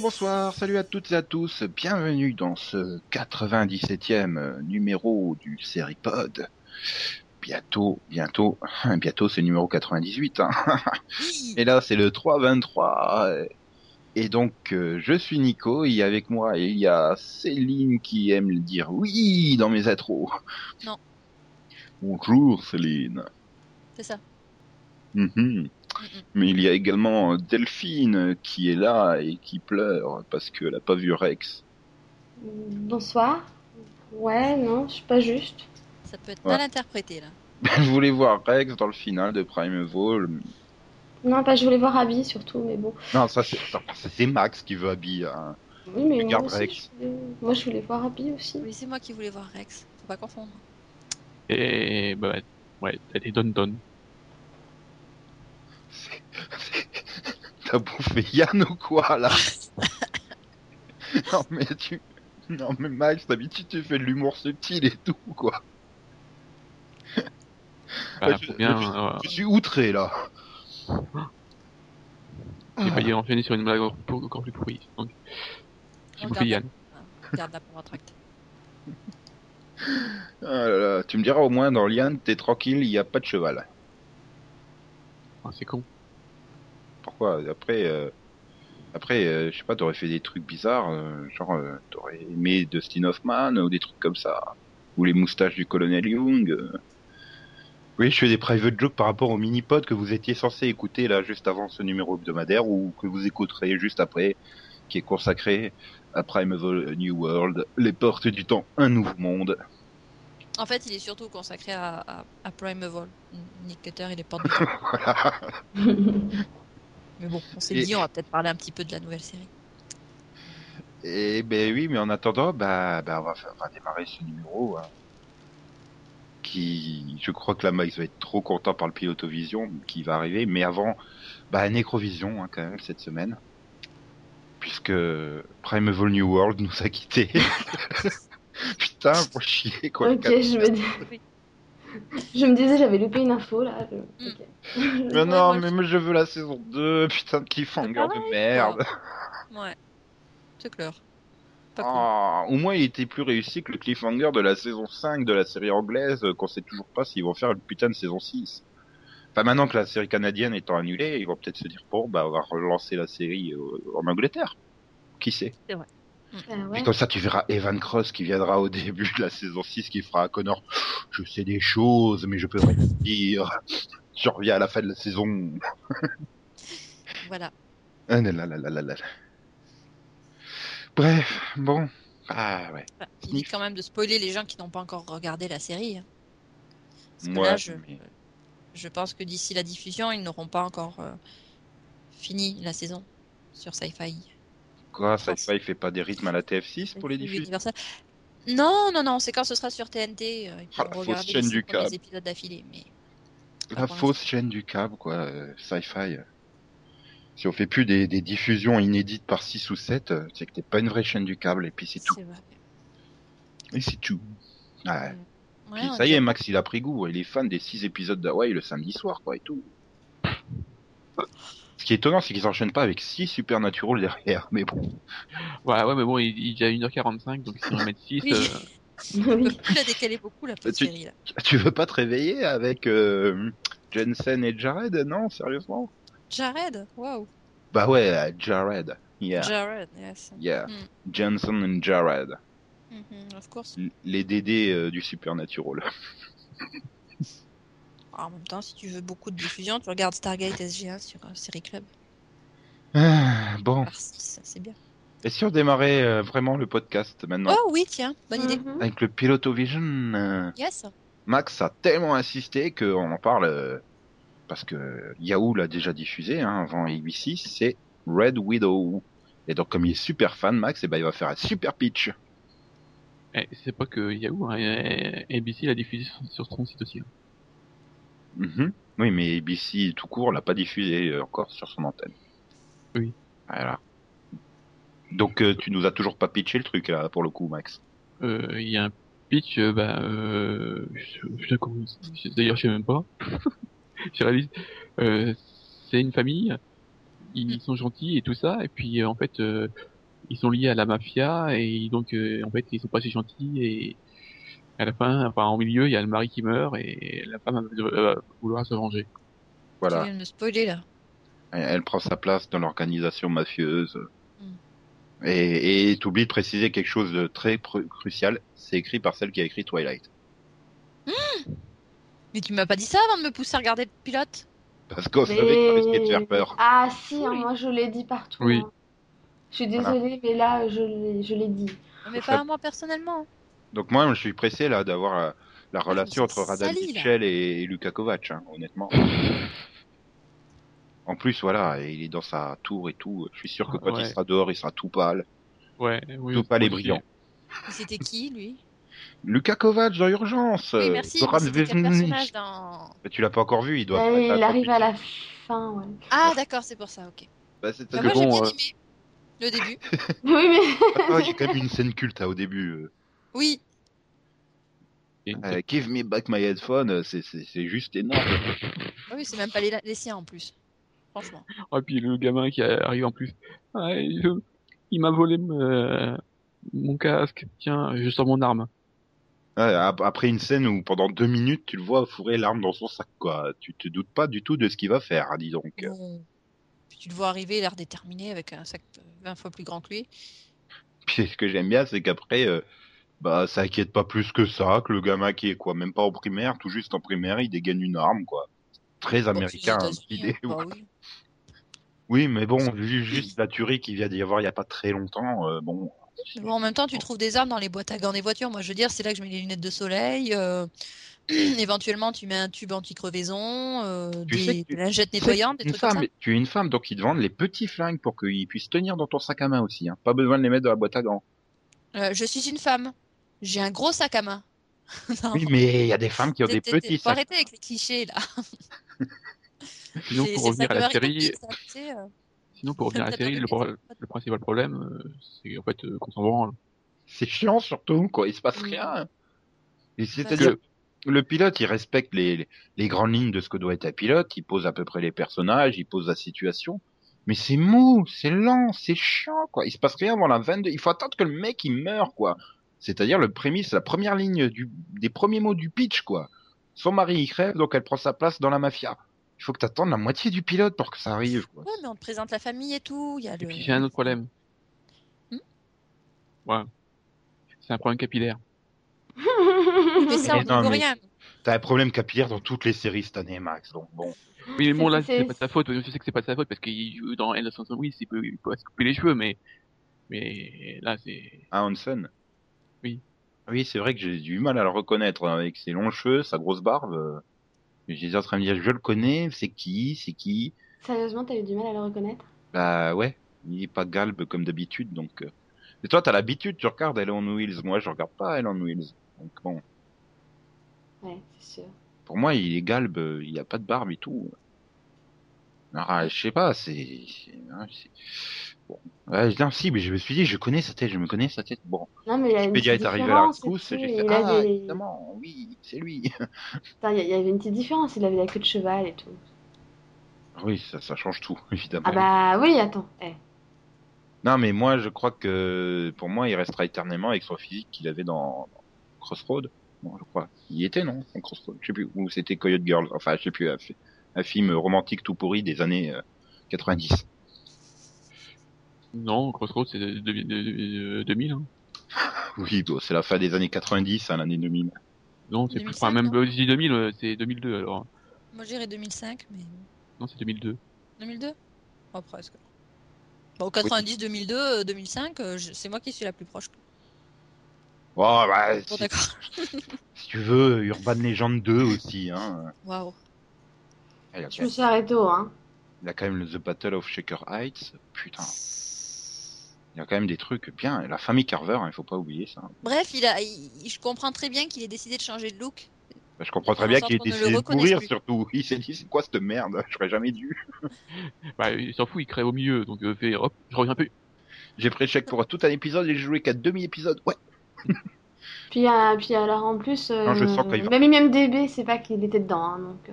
bonsoir, salut à toutes et à tous, bienvenue dans ce 97e numéro du Seripod. Bientôt, bientôt, bientôt c'est numéro 98. Hein. Et là c'est le 3-23. Et donc euh, je suis Nico et avec moi il y a Céline qui aime le dire oui dans mes atros. Non. Bonjour Céline. C'est ça. Mhm. Mais il y a également euh, Delphine qui est là et qui pleure parce qu'elle a pas vu Rex. Bonsoir. Ouais, non, je suis pas juste. Ça peut être Ouais. mal interprété là. Je voulais voir Rex dans le final de Primeval. Non, pas, je voulais voir Abby surtout, mais bon. Non, ça c'est ça, ça, c'est Max qui veut habiller. hein. Oui, mais moi, Regarde aussi, Rex. je voulais... moi je voulais voir Abby aussi. Oui, c'est moi qui voulais voir Rex. Faut pas confondre. Et bah ouais, elle est donne donne. C'est- c'est- T'as bouffé Yann ou quoi là Non mais tu. Non mais Max, d'habitude tu fais de l'humour subtil et tout quoi. Bah, Ouais, je- faut bien, je- euh, Je suis outré là. Ah j'ai failli enchaîner sur une blague encore plus- encore plus pourrie. Donc, j'ai On bouffé Yann. garde Regarde là pour un tract. Ah là là, Tu me diras au moins dans Liane, t'es tranquille, il n'y a pas de cheval. Ah, c'est con. Pourquoi Après, euh, après, euh, je sais pas, t'aurais fait des trucs bizarres, euh, genre euh, t'aurais aimé Dustin Hoffman ou des trucs comme ça, ou les moustaches du colonel Young. euh. Oui, je fais des private jokes par rapport au mini-pod que vous étiez censé écouter là juste avant ce numéro hebdomadaire ou que vous écouterez juste après, qui est consacré à Primeval New World, les portes du temps, un nouveau monde. En fait, il est surtout consacré à, à, à Primeval. Nick Cutter, il est pas Voilà. Mais bon, on s'est Et- dit, on va peut-être parler un petit peu de la nouvelle série. Et ben oui, mais en attendant, bah, bah on, va faire- on va démarrer ce numéro. hein. Qui, je crois que la Max va être trop content par le pilotovision qui va arriver, mais avant, bah Necrovision hein, quand même cette semaine, puisque Primeval New World nous a quittés. Putain, pour chier quoi. ok, je me... dis- je me disais, j'avais loupé une info là. je- Mm. ok. Mais non, Ouais, moi, mais moi je veux la saison 2, putain de cliffhanger de merde. Ouais. C'est clair. Pas cool. Ah, au moins, il était plus réussi que le cliffhanger de la saison 5 de la série anglaise, euh, qu'on sait toujours pas s'ils vont faire une putain de saison 6. Enfin, maintenant que la série canadienne étant annulée, ils vont peut-être se dire, bon, bah, on va relancer la série euh, en Angleterre. Qui sait Ah ouais. Puis comme ça, tu verras Evan Cross qui viendra au début de la saison 6 qui fera à Connor, je sais des choses, mais je peux rien te dire. Je reviens à la fin de la saison. Voilà. Ah, là, là, là, là, là, là. Bref, bon. Ah ouais. Enfin, il évite quand même de spoiler les gens qui n'ont pas encore regardé la série. hein. Parce que Ouais, là, je, mais- je pense que d'ici la diffusion, ils n'auront pas encore euh, fini la saison sur Sci-Fi. Quoi, ça il fait pas des rythmes à la TF6 pour les Universal. diffuser Non, non, non, c'est quand ce sera sur TNT. euh, ils Ah, pourront fausse regarder chaîne les du cinq premiers câble. épisodes d'affilée. Mais... La fausse chaîne du câble, quoi, euh, sci-fi. Si on fait plus des, des diffusions inédites par 6 ou 7, euh, c'est que t'es pas une vraie chaîne du câble, et puis c'est tout. C'est vrai. Et c'est tout. Ouais. Ouais, Puis on ça y dirait- est, Max, il a pris goût. Il est fan des 6 épisodes d'Hawaii le samedi soir, quoi, et tout. Ce qui est étonnant, c'est qu'ils enchaînent pas avec 6 Supernatural derrière, mais bon. Ouais, ouais, mais bon, il, il est à 1h45, donc si on met 6, Oui. euh, On Oui. peut plus la décaler beaucoup, la petite Bah, Tu- série. Là. Tu veux pas te réveiller avec euh, Jensen et Jared, non, sérieusement Jared Waouh Bah ouais, euh, Jared. Yeah. Jared, yes. Yeah. Mm. Jensen and Jared. Mhm, of course. L- Les DD euh, du Supernatural. Ah, en même temps, si tu veux beaucoup de diffusion, tu regardes Stargate SG1 sur euh, Série Club Ah, bon. par 6, c'est bien. Et si on démarrait euh, vraiment le podcast maintenant Oh oui, tiens, bonne idée. Mhm. Avec le Pilotovision, euh, Yes Max a tellement insisté qu'on en parle. euh, parce que Yahoo l'a déjà diffusé hein, avant ABC, c'est Red Widow. Et donc, comme il est super fan, Max, et ben, il va faire un super pitch. eh, c'est pas que Yahoo, hein, eh, ABC l'a diffusé sur, sur son site aussi. hein. Mhm. Oui, mais ABC tout court l'a pas diffusé euh, encore sur son antenne. Oui. Voilà. Donc euh, tu nous as toujours pas pitché le truc là pour le coup, Max. Euh, Il y a un pitch, euh, bah, euh, je, je sais comment- je- d'ailleurs, je sais même pas. je réalise. Euh, c'est une famille, ils sont gentils et tout ça, et puis euh, en fait, euh, ils sont liés à la mafia et donc euh, en fait ils sont pas si gentils et à la fin, enfin en milieu, il y a le mari qui meurt et la femme elle va elle va vouloir se venger. Voilà. Tu viens de me spoiler là. Elle, elle prend sa place dans l'organisation mafieuse. Mm. Et et t'oublies de préciser quelque chose de très pr- crucial. C'est écrit par celle qui a écrit Twilight. Mais tu m'as pas dit ça avant de me pousser à regarder le pilote. Parce qu'on Mais- savait qu'on risquait de faire peur. Ah si, hein, moi je l'ai dit partout. Oui. hein. Je suis Voilà. désolée, mais là je l'ai je l'ai dit. Non, Mais Ça- pas à moi personnellement. Donc moi, je suis pressé là d'avoir la, la relation mais entre c'est Radan sali, Ah, là. Mitchell et, et Luka Kovac, hein, honnêtement. En plus, voilà, il est dans sa tour et tout. Je suis sûr que quand Ouais. il sera dehors, il sera tout pâle, Ouais, oui. tout pâle et brillant. Et C'était qui lui Luka Kovac dans Urgence. Oui, euh, merci. Goran mais C'était quel Veznovic. personnage dans Mais tu l'as pas encore vu, il doit. Ouais, être Ah il arrive à la fin, ouais. Ah d'accord, c'est pour ça. Ok. Bah, c'est- Bah, que moi j'ai bon, bien euh, aimé le début. Oui, mais Attends, il y a Ah, quand même une scène culte hein, au début. euh. Oui. Et- Euh, give me back my headphone, euh, c'est- c'est c'est juste énorme. Ah oui, c'est même pas les, les siens en plus. Franchement. Oh, et puis le gamin qui arrive en plus. Ah, et je- Il m'a volé me- mon casque. Tiens, je sors mon arme. Ouais, ap- après une scène où pendant deux minutes tu le vois fourrer l'arme dans son sac, quoi. Tu te doutes pas du tout de ce qu'il va faire, hein, dis donc. Bon. Puis tu le vois arriver, l'air déterminé, avec un sac 20 fois plus grand que lui. Puis ce que j'aime bien, c'est qu'après, euh, bah, ça inquiète pas plus que ça, que le gamin qui est quoi, même pas en primaire, tout juste en primaire, il dégaine une arme, quoi. Très Bon, puis les américain, hein, États-Unis, l'idée. hein, ou bah quoi. oui. Oui, mais bon, vu juste la tuerie qu'il vient d'y avoir il y a pas très longtemps, euh, bon. Mais bon, en même temps, tu trouves des armes dans les boîtes à gants des voitures. Moi, je veux dire, c'est là que je mets les lunettes de soleil. euh, Éventuellement, tu mets un tube anti-crevaison, euh, Tu sais des... que tu- de la jette tu sais nettoyante, des Une trucs comme ça. femme, mais tu es une femme, donc ils te vendent les petits flingues pour qu'ils puissent tenir dans ton sac à main aussi. Hein. Pas besoin de les mettre dans la boîte à gants. Euh, je suis une femme. J'ai un gros sac à main. Non. Oui, mais il y a des femmes qui ont T'es- des t'es- t'es- petits Faut sacs. arrêter avec les clichés là. Sinon, C'est- pour c'est le sac revenir à de la Mary série, Poppins, hein, tu sais, euh, sinon, pour revenir à la Peut-être un série, le, peu pro- le principal problème, euh, c'est en fait euh, qu'on s'en branle. C'est chiant surtout, quoi. Il se passe Mm. rien. Et c'est-à-dire, que le pilote, il respecte les, les- les grandes lignes de ce que doit être un pilote. Il pose à peu près les personnages, il pose la situation. Mais c'est mou, c'est lent, c'est chiant, quoi. Il se passe rien dans la 22. Il faut attendre que le mec, il meure, quoi. C'est-à-dire, le prémisse, la première ligne du, des premiers mots du pitch, quoi. Son mari, il crève, donc elle prend sa place dans la mafia. Il faut que t'attendes la moitié du pilote pour que ça arrive, quoi. Ouais, mais on te présente la famille et tout. Il y a Et le- puis j'ai un autre problème. Hmm ouais. C'est un problème capillaire. Mais ça, on Mais non, ne mais- rien. T'as un problème capillaire dans toutes les séries cette année, Max. Donc bon. Oui, mais bon, là, C'est- c'est pas de sa faute. Je sais que c'est pas de sa faute parce qu'il joue dans L. Oui, il peut, il peut se couper les cheveux, mais, mais là, c'est. Ah, Hanson Oui. Ah Oui, c'est vrai que j'ai du mal à le reconnaître hein, avec ses longs cheveux, sa grosse barbe. euh, J'étais en train de me dire, je le connais, c'est qui, c'est qui sérieusement, t'as eu du mal à le reconnaître Bah ouais, il est pas galbe comme d'habitude, donc. euh. Et toi, t'as l'habitude, tu regardes Ellen Wheels. Moi, je regarde pas Ellen Wheels. Donc bon, Ouais, c'est sûr. pour moi, il est galbe, euh, il a pas de barbe et tout. Ah, je sais pas, c'est. c'est- hein, c'est- Bon. Ouais, non, si, mais je me suis dit, je connais sa tête, je me connais sa tête. Bon. Non, mais il y a une Wikipédia petite est arrivé à la différence. rescousse, et tout, j'ai et fait il Ah, avait- évidemment, oui, c'est lui. Putain, Il y a- il y avait une petite différence, il avait la queue de cheval et tout. oui, ça, ça change tout, évidemment. Ah bah oui, attends. eh. Non, mais moi, je crois que pour moi, il restera éternellement avec son physique qu'il avait dans, dans Crossroad. Bon, je crois. Il y était, non En Crossroad, je sais plus. Ou c'était Coyote Girl. Enfin, je sais plus. Un, fi- un film romantique tout pourri des années euh, 90. Non, Crossroads, c'est de- de- de- de- 2000. Hein. Oui, bon, c'est la fin des années 90, hein, l'année 2000. Non, c'est plus. 2005, Enfin, même non euh, si 2000, euh, c'est 2002 alors. Moi, j'irais 2005, mais Non, c'est 2002. 2002. Oh, presque. Bon, 90, 2002, euh, 2005, euh, je- c'est moi qui suis la plus proche. Oh, Ah, bah, Bon, si, Ah, d'accord. si tu veux, Urban Legend 2 aussi. Hein. Waouh. Elle a Je quand me même, suis arrêtée au hein. il a quand même le The Battle of Shaker Heights. Putain. Il y a quand même des trucs bien. La famille Carver, hein, il faut pas oublier ça. Bref, il a, il- je comprends très bien qu'il ait décidé de changer de look. Bah, je comprends très Faire en bien sorte qu'il ait qu'on ne le décidé de reconnaisse mourir, plus. surtout. Il s'est dit, c'est quoi cette merde J'aurais jamais dû. Bah, il s'en fout, il crève au milieu, donc euh, fait hop, je reviens un peu. J'ai pris le chèque pour tout un épisode et j'ai joué qu'à demi-épisode. Ouais. Puis, euh, puis alors en plus, euh, Non, je sens qu'il va- même IMDB, c'est pas qu'il était dedans, hein, donc euh,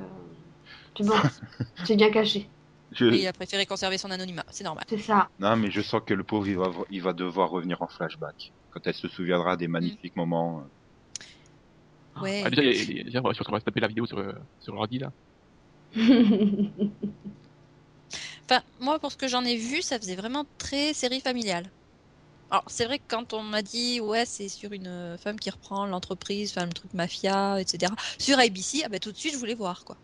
tu bon, c'est bien caché. Je- Et il a préféré conserver son anonymat, c'est normal. C'est ça. Non, mais je sens que le pauvre, il va, il va devoir revenir en flashback. Quand elle se souviendra des magnifiques moments. Ouais. Ah, déjà, il y a- il y a- déjà, on va- je suis en train de se taper la vidéo sur, euh, sur l'ordi là. Enfin, moi, pour ce que j'en ai vu, ça faisait vraiment très série familiale. Alors, c'est vrai que quand on m'a dit, ouais, c'est sur une euh, femme qui reprend l'entreprise, enfin, le truc mafia, etc., sur ABC, ah ben, tout de suite, je voulais voir, quoi.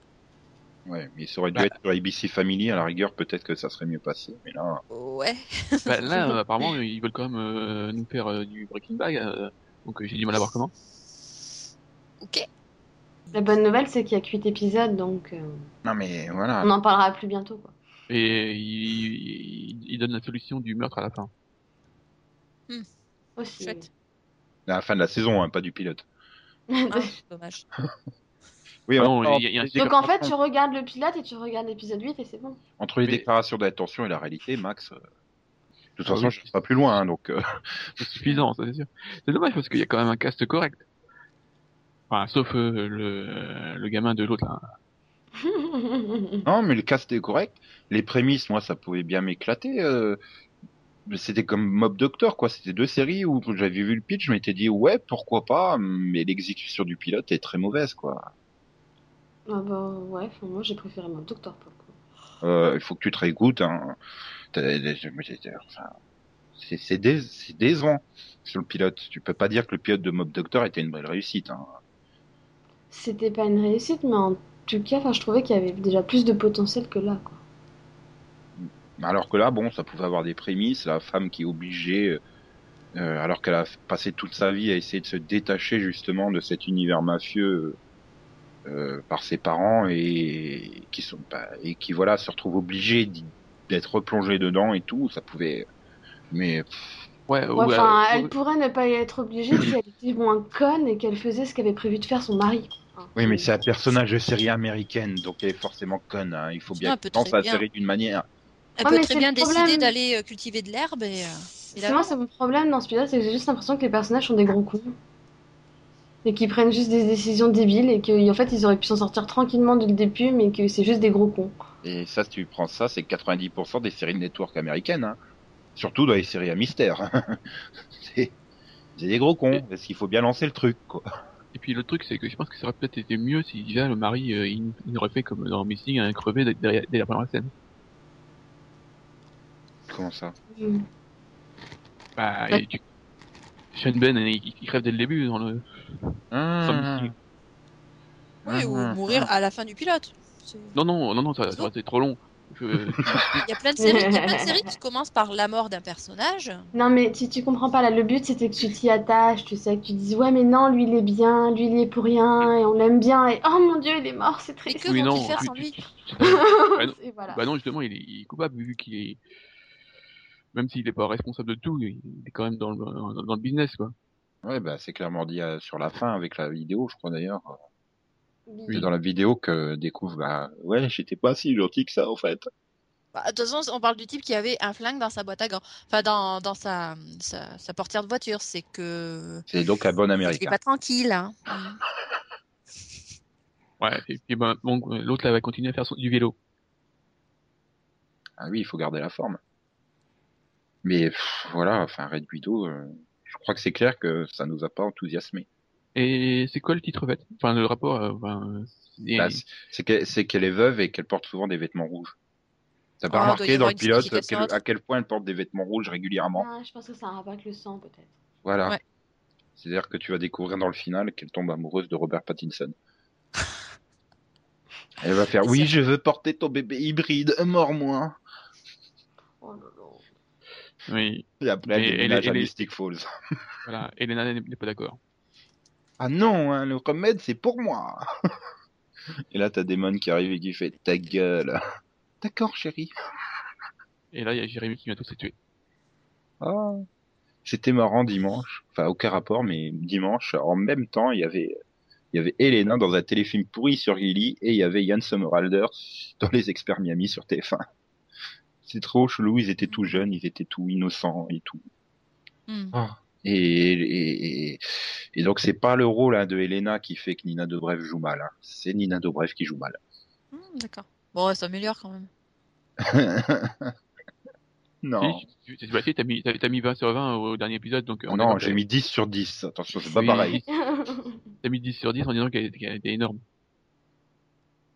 euh, Ouais, mais ça aurait dû Bah. être sur ABC Family, à la rigueur, peut-être que ça serait mieux passé. Mais là, Ouais. Bah, là, euh, apparemment, ils veulent quand même euh, nous faire euh, du Breaking Bad, euh, donc euh, j'ai du mal à voir comment. Ok. La bonne nouvelle, c'est qu'il y a 8 épisodes, donc euh, non, mais voilà. on en parlera plus bientôt. Quoi. Et ils ils- ils donnent la solution du meurtre à la fin. Aussi. Chouette. À la fin de la saison, hein, pas du pilote. Ah, dommage. Oui, Ah en- non, il y a- il y a un entre- donc en fait, tu regardes le pilote et tu regardes l'épisode 8 et c'est bon. entre les Mais- déclarations d'intention et la réalité, Max. euh, De toute Ah façon, oui. je ne pas plus loin, hein, donc. euh, C'est suffisant, ça c'est sûr. C'est dommage parce qu'il y a quand même un cast correct. Enfin, sauf euh, le, le gamin de l'autre là. Non, mais le cast est correct. Les prémices, moi, ça pouvait bien m'éclater. euh, mais C'était comme Mob Doctor, quoi. C'était deux séries où j'avais vu le pitch, je m'étais dit, ouais, pourquoi pas, mais l'exécution du pilote est très mauvaise, quoi. ah bah ouais, enfin, moi j'ai préféré mon docteur pour le coup. Euh, Il faut que tu te réécoutes. Hein. T'as- t'as- mais t'as- enfin, C'est c'est dé- c'est décevant sur le pilote. Tu peux pas dire que le pilote de Mob Doctor était une belle réussite. Hein. C'était pas une réussite, mais en tout cas, enfin, je trouvais qu'il y avait déjà plus de potentiel que là. Quoi. Alors que là, bon, ça pouvait avoir des prémices, la femme qui est obligée, euh, alors qu'elle a passé toute sa vie à essayer de se détacher justement de cet univers mafieux euh, par ses parents et qui sont pas et qui voilà se retrouve obligée d'y- d'être replongée dedans et tout, ça pouvait. Mais Ouais, euh, Ouais, ouais, enfin, ouais. elle pourrait ne pas y être obligée si elle était moins conne et qu'elle faisait ce qu'avait prévu de faire son mari. Enfin, oui, mais c'est un personnage de série américaine, donc elle est forcément conne. hein. Il faut bien Non, que elle peut pense très à la bien. série d'une manière. Elle Ah, peut mais très c'est bien le décider problème. d'aller euh, cultiver de l'herbe et. euh, et C'est la moi, vendre. c'est mon problème dans ce pilote, c'est que j'ai juste l'impression que les personnages sont des gros cons. Et qu'ils prennent juste des décisions débiles et qu'en fait ils auraient pu s'en sortir tranquillement dès le début, mais que c'est juste des gros cons. Et ça, si tu prends ça, c'est 90% des séries de network américaines. Hein. Surtout dans les séries à mystère. hein. c'est c'est des gros cons. Parce qu'il faut bien lancer le truc, quoi. Et puis le truc, c'est que je pense que ça aurait peut-être été mieux si déjà le mari, euh, il, il aurait fait comme dans Missing, un crevé dès, dès- dès la première scène. Comment ça Mm. Bah, Ouais. et tu... Sean Ben, il, il crève dès le début dans le. Ah. Missing. Oui, ou mourir à la fin du pilote. C'est- Non, non, non, non, ça, ça aurait été trop long. Je- Il y a plein de séries, il y a plein de séries qui commencent par la mort d'un personnage. Non, mais tu, tu comprends pas là, le but c'était que tu t'y attaches, tu sais, que tu dises ouais, mais non, lui il est bien, lui il est pour rien et on l'aime bien et oh mon dieu, il est mort, c'est Mais triste. que Oui, non, vont-ils faire tu- sans tu- lui non. Et voilà. Bah non, justement, il est, il est coupable vu qu'il est. Même s'il n'est pas responsable de tout, il est quand même dans le, dans, dans le business, quoi. Ouais, bah, c'est clairement dit euh, sur la fin avec la vidéo, je crois d'ailleurs. C'est Oui. dans la vidéo que découvre, bah, ouais, j'étais pas si gentil que ça, en fait. Bah, de toute façon, on parle du type qui avait un flingue dans sa boîte à gants. Enfin, dans, dans sa, sa, sa portière de voiture. C'est que. C'est donc la bonne Il est américaine. pas tranquille. hein. Mm. Ouais, et puis ben, bon, l'autre, là, va continuer à faire son- du vélo. Ah oui, il faut garder la forme. Mais pff, voilà, enfin, Red Guido, euh, je crois que c'est clair que ça nous a pas enthousiasmé. Et c'est quoi le titre, en fait Enfin, le rapport, euh, ben, c'est- Bah, c'est- c'est qu'elle c'est qu'elle est veuve et qu'elle porte souvent des vêtements rouges. T'as pas Ah, doit y remarqué avoir dans le une pilote signification quel- à tout. à quel point elle porte des vêtements rouges régulièrement Ah, je pense que ça a un rapport avec le sang peut-être. Voilà. Ouais. C'est-à-dire que tu vas découvrir dans le final qu'elle tombe amoureuse de Robert Pattinson. Elle va faire C'est oui, ça. je veux porter ton bébé hybride, mors-moi. Oh là là. Oui, Et après, elle Mais elle déménage est- à elle est- Mystic Falls. voilà. Elena n'est n'est pas d'accord. Ah non, hein, le remède, c'est pour moi. et là, t'as Damon qui arrive et qui fait ta gueule. D'accord, chérie. Et là, il y a Jérémy qui vient tous se tuer. Ah. C'était marrant dimanche. Enfin, aucun rapport, mais dimanche, en même temps, il y avait, il y avait Elena dans un téléfilm pourri sur Gilly et il y avait Yann Sommerhalder dans Les Experts Miami sur TF1. C'est trop chelou, ils étaient tout jeunes, ils étaient tout innocents et tout. Mm. Et, et, et, et donc, c'est pas le rôle hein, de Elena qui fait que Nina Dobrev joue mal. hein. C'est Nina Dobrev qui joue mal. Hmm, Mm, D'accord. Bon, ouais, ça améliore quand même. non. Si, tu- tu- bah, si, t'as mis, t'as- t'as mis 20 sur 20 au dernier épisode, donc euh, on est non, d'accord. j'ai mis 10 sur 10. Attention, c'est pas Oui. pareil. T'as mis 10 sur 10 en disant qu'elle qu'elle était énorme.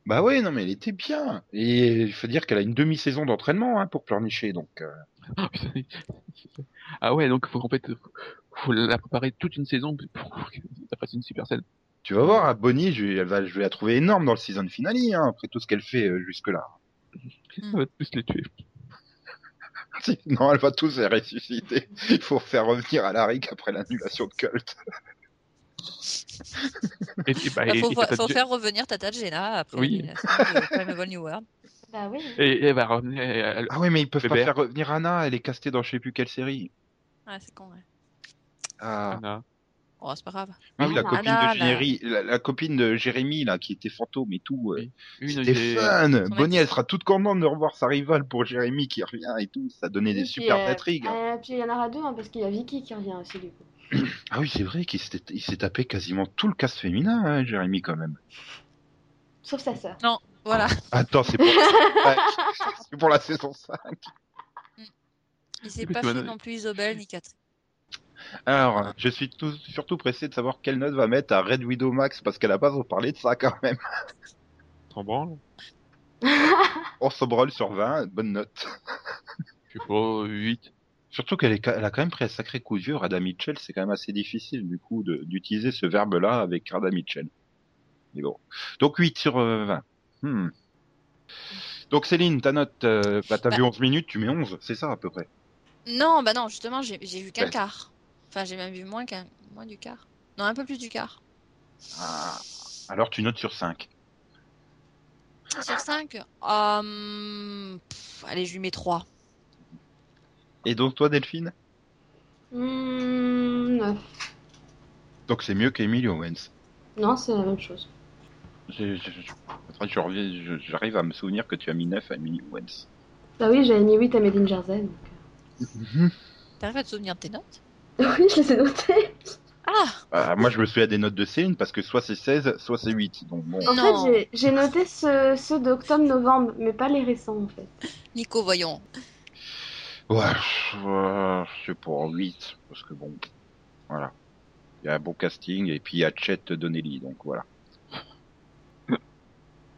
Bah ouais, non, mais elle était bien. Et il faut dire qu'elle a une demi-saison d'entraînement hein, pour pleurnicher, donc. euh, Ah, putain. Ah ouais, donc faut qu'en fait, faut la préparer toute une saison pour pour que ça fasse une super scène. Tu vas voir, à Bonnie, je, elle va, je vais la trouver énorme dans le season finale, hein, après tout ce qu'elle fait euh, jusque-là. Hmm. Ça va tous les tuer. Non, elle va tous les ressusciter. Il faut faire revenir à Alaric après l'annulation de culte. Et, et, bah, Bah, et- faut et faut- Tata faut Jen- faire revenir Tata Jenna après Oui. la scène de Primeval New World. bah oui. et- et elle va revenir. elle- Ah oui, mais ils peuvent pas Bébert. faire revenir Anna, elle est castée dans je sais plus quelle série. Ah, c'est con, ouais. Ah, Anna. Oh, c'est pas grave. oui, la Anna, copine Anna, de là. Jerry, la... la copine de Jérémy là, qui était fantôme et tout. euh, Oui, Oui, non, C'était j'ai- fun. Son Bonnie, ex. elle sera toute contente de revoir sa rivale pour Jérémy qui revient et tout. Ça donnait des Et puis, super euh, intrigues. euh, puis il y en aura deux, hein, parce qu'il y a Vicky qui revient aussi, du coup. Ah oui, c'est vrai qu'il s'était- il s'est tapé quasiment tout le cast féminin, hein, Jérémy quand même. Sauf sa sœur. Voilà. Attends, c'est pour... Ouais, c'est pour la saison 5. Il s'est Écoute, pas tu m'as fait donné- non plus Isobel ni Catherine. Alors, je suis tout- surtout pressé de savoir quelle note va mettre à Red Widow Max parce qu'à la base on parlait de ça quand même. T'en branles On se brûle sur 20, bonne note. Je sais pas, 8. Surtout qu'elle est ca- elle a quand même pris un sacré coup dur. Ada Mitchell, c'est quand même assez difficile du coup de- d'utiliser ce verbe-là avec Ada Mitchell. Mais bon. Donc 8 sur euh, 20. Hmm. Donc Céline, ta note, euh, bah, t'as Bah. vu 11 minutes, tu mets 11, c'est ça à peu près. Non, bah non, justement, j'ai j'ai vu qu'un Ouais. quart. Enfin, j'ai même vu moins qu'un moins du quart. Non, un peu plus du quart. Ah. Alors tu notes sur 5. Sur 5, euh... pff, allez, je lui mets 3. Et donc toi Delphine Hmm, neuf. Donc c'est mieux qu'Emily Owens. non, c'est la même chose. Je- je- je- Attends, je reviens- je- j'arrive à me souvenir que tu as mis 9 à Emily Owens. Bah oui, j'avais mis 8 à Made in Jersey. donc, T'arrives à te souvenir de tes notes euh. Oui, je les ai notés. Ah Ah, moi, je me souviens des notes de Céline parce que soit c'est 16, soit c'est 8. Donc bon. En Non. fait, j'ai- j'ai noté ceux, ceux d'octobre-novembre, mais pas les récents, en fait. Nico, voyons. Ouais, je- euh, je sais pas, 8. Parce que bon, voilà. Il y a un bon casting et puis il y a Chet Donnelly, donc voilà.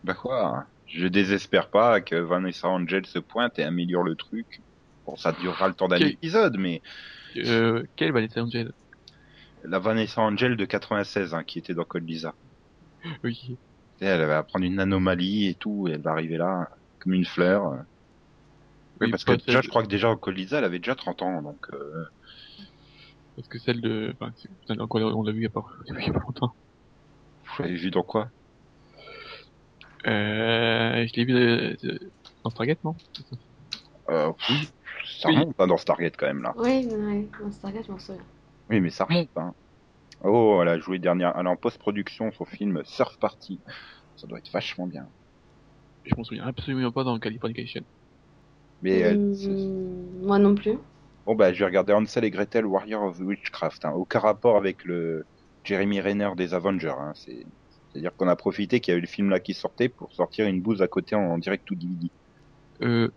bah quoi Je désespère pas que Vanessa Angel se pointe et améliore le truc. Bon, ça durera le temps d'un Ok. épisode, mais Euh, quelle Vanessa Angel la Vanessa Angel de 96, hein, qui était dans Code Lisa. Oui. Tu sais, Elle va prendre une anomalie et tout, et elle va arriver là, comme une fleur. Oui, Oui, parce que pas déjà, celle- je crois que déjà en Colisa, elle avait déjà 30 ans, donc euh, Parce que celle de. Enfin, c'est- putain, encore, on l'a vu il y a pas, il y a pas longtemps. vous l'avez vu dans quoi Euh, je l'ai vu euh, euh, dans Stargate, non euh, pff, Ça Oui. remonte hein, dans Stargate quand même là. Oui, oui, dans Stargate, je m'en souviens. Oui, mais ça remonte. Hein. Oh, elle a joué dernière, elle est en post-production son film Surf Party. Ça doit être vachement bien. Je m'en souviens absolument pas dans Californication. Mais euh, Hmm, c'est- moi non plus. bon bah, je vais regarder Hansel et Gretel Warrior of Witchcraft. Hein. Aucun rapport avec le Jeremy Renner des Avengers. Hein. C'est à dire qu'on a profité qu'il y avait le film là qui sortait pour sortir une bouse à côté en, en direct tout DVD. Euh,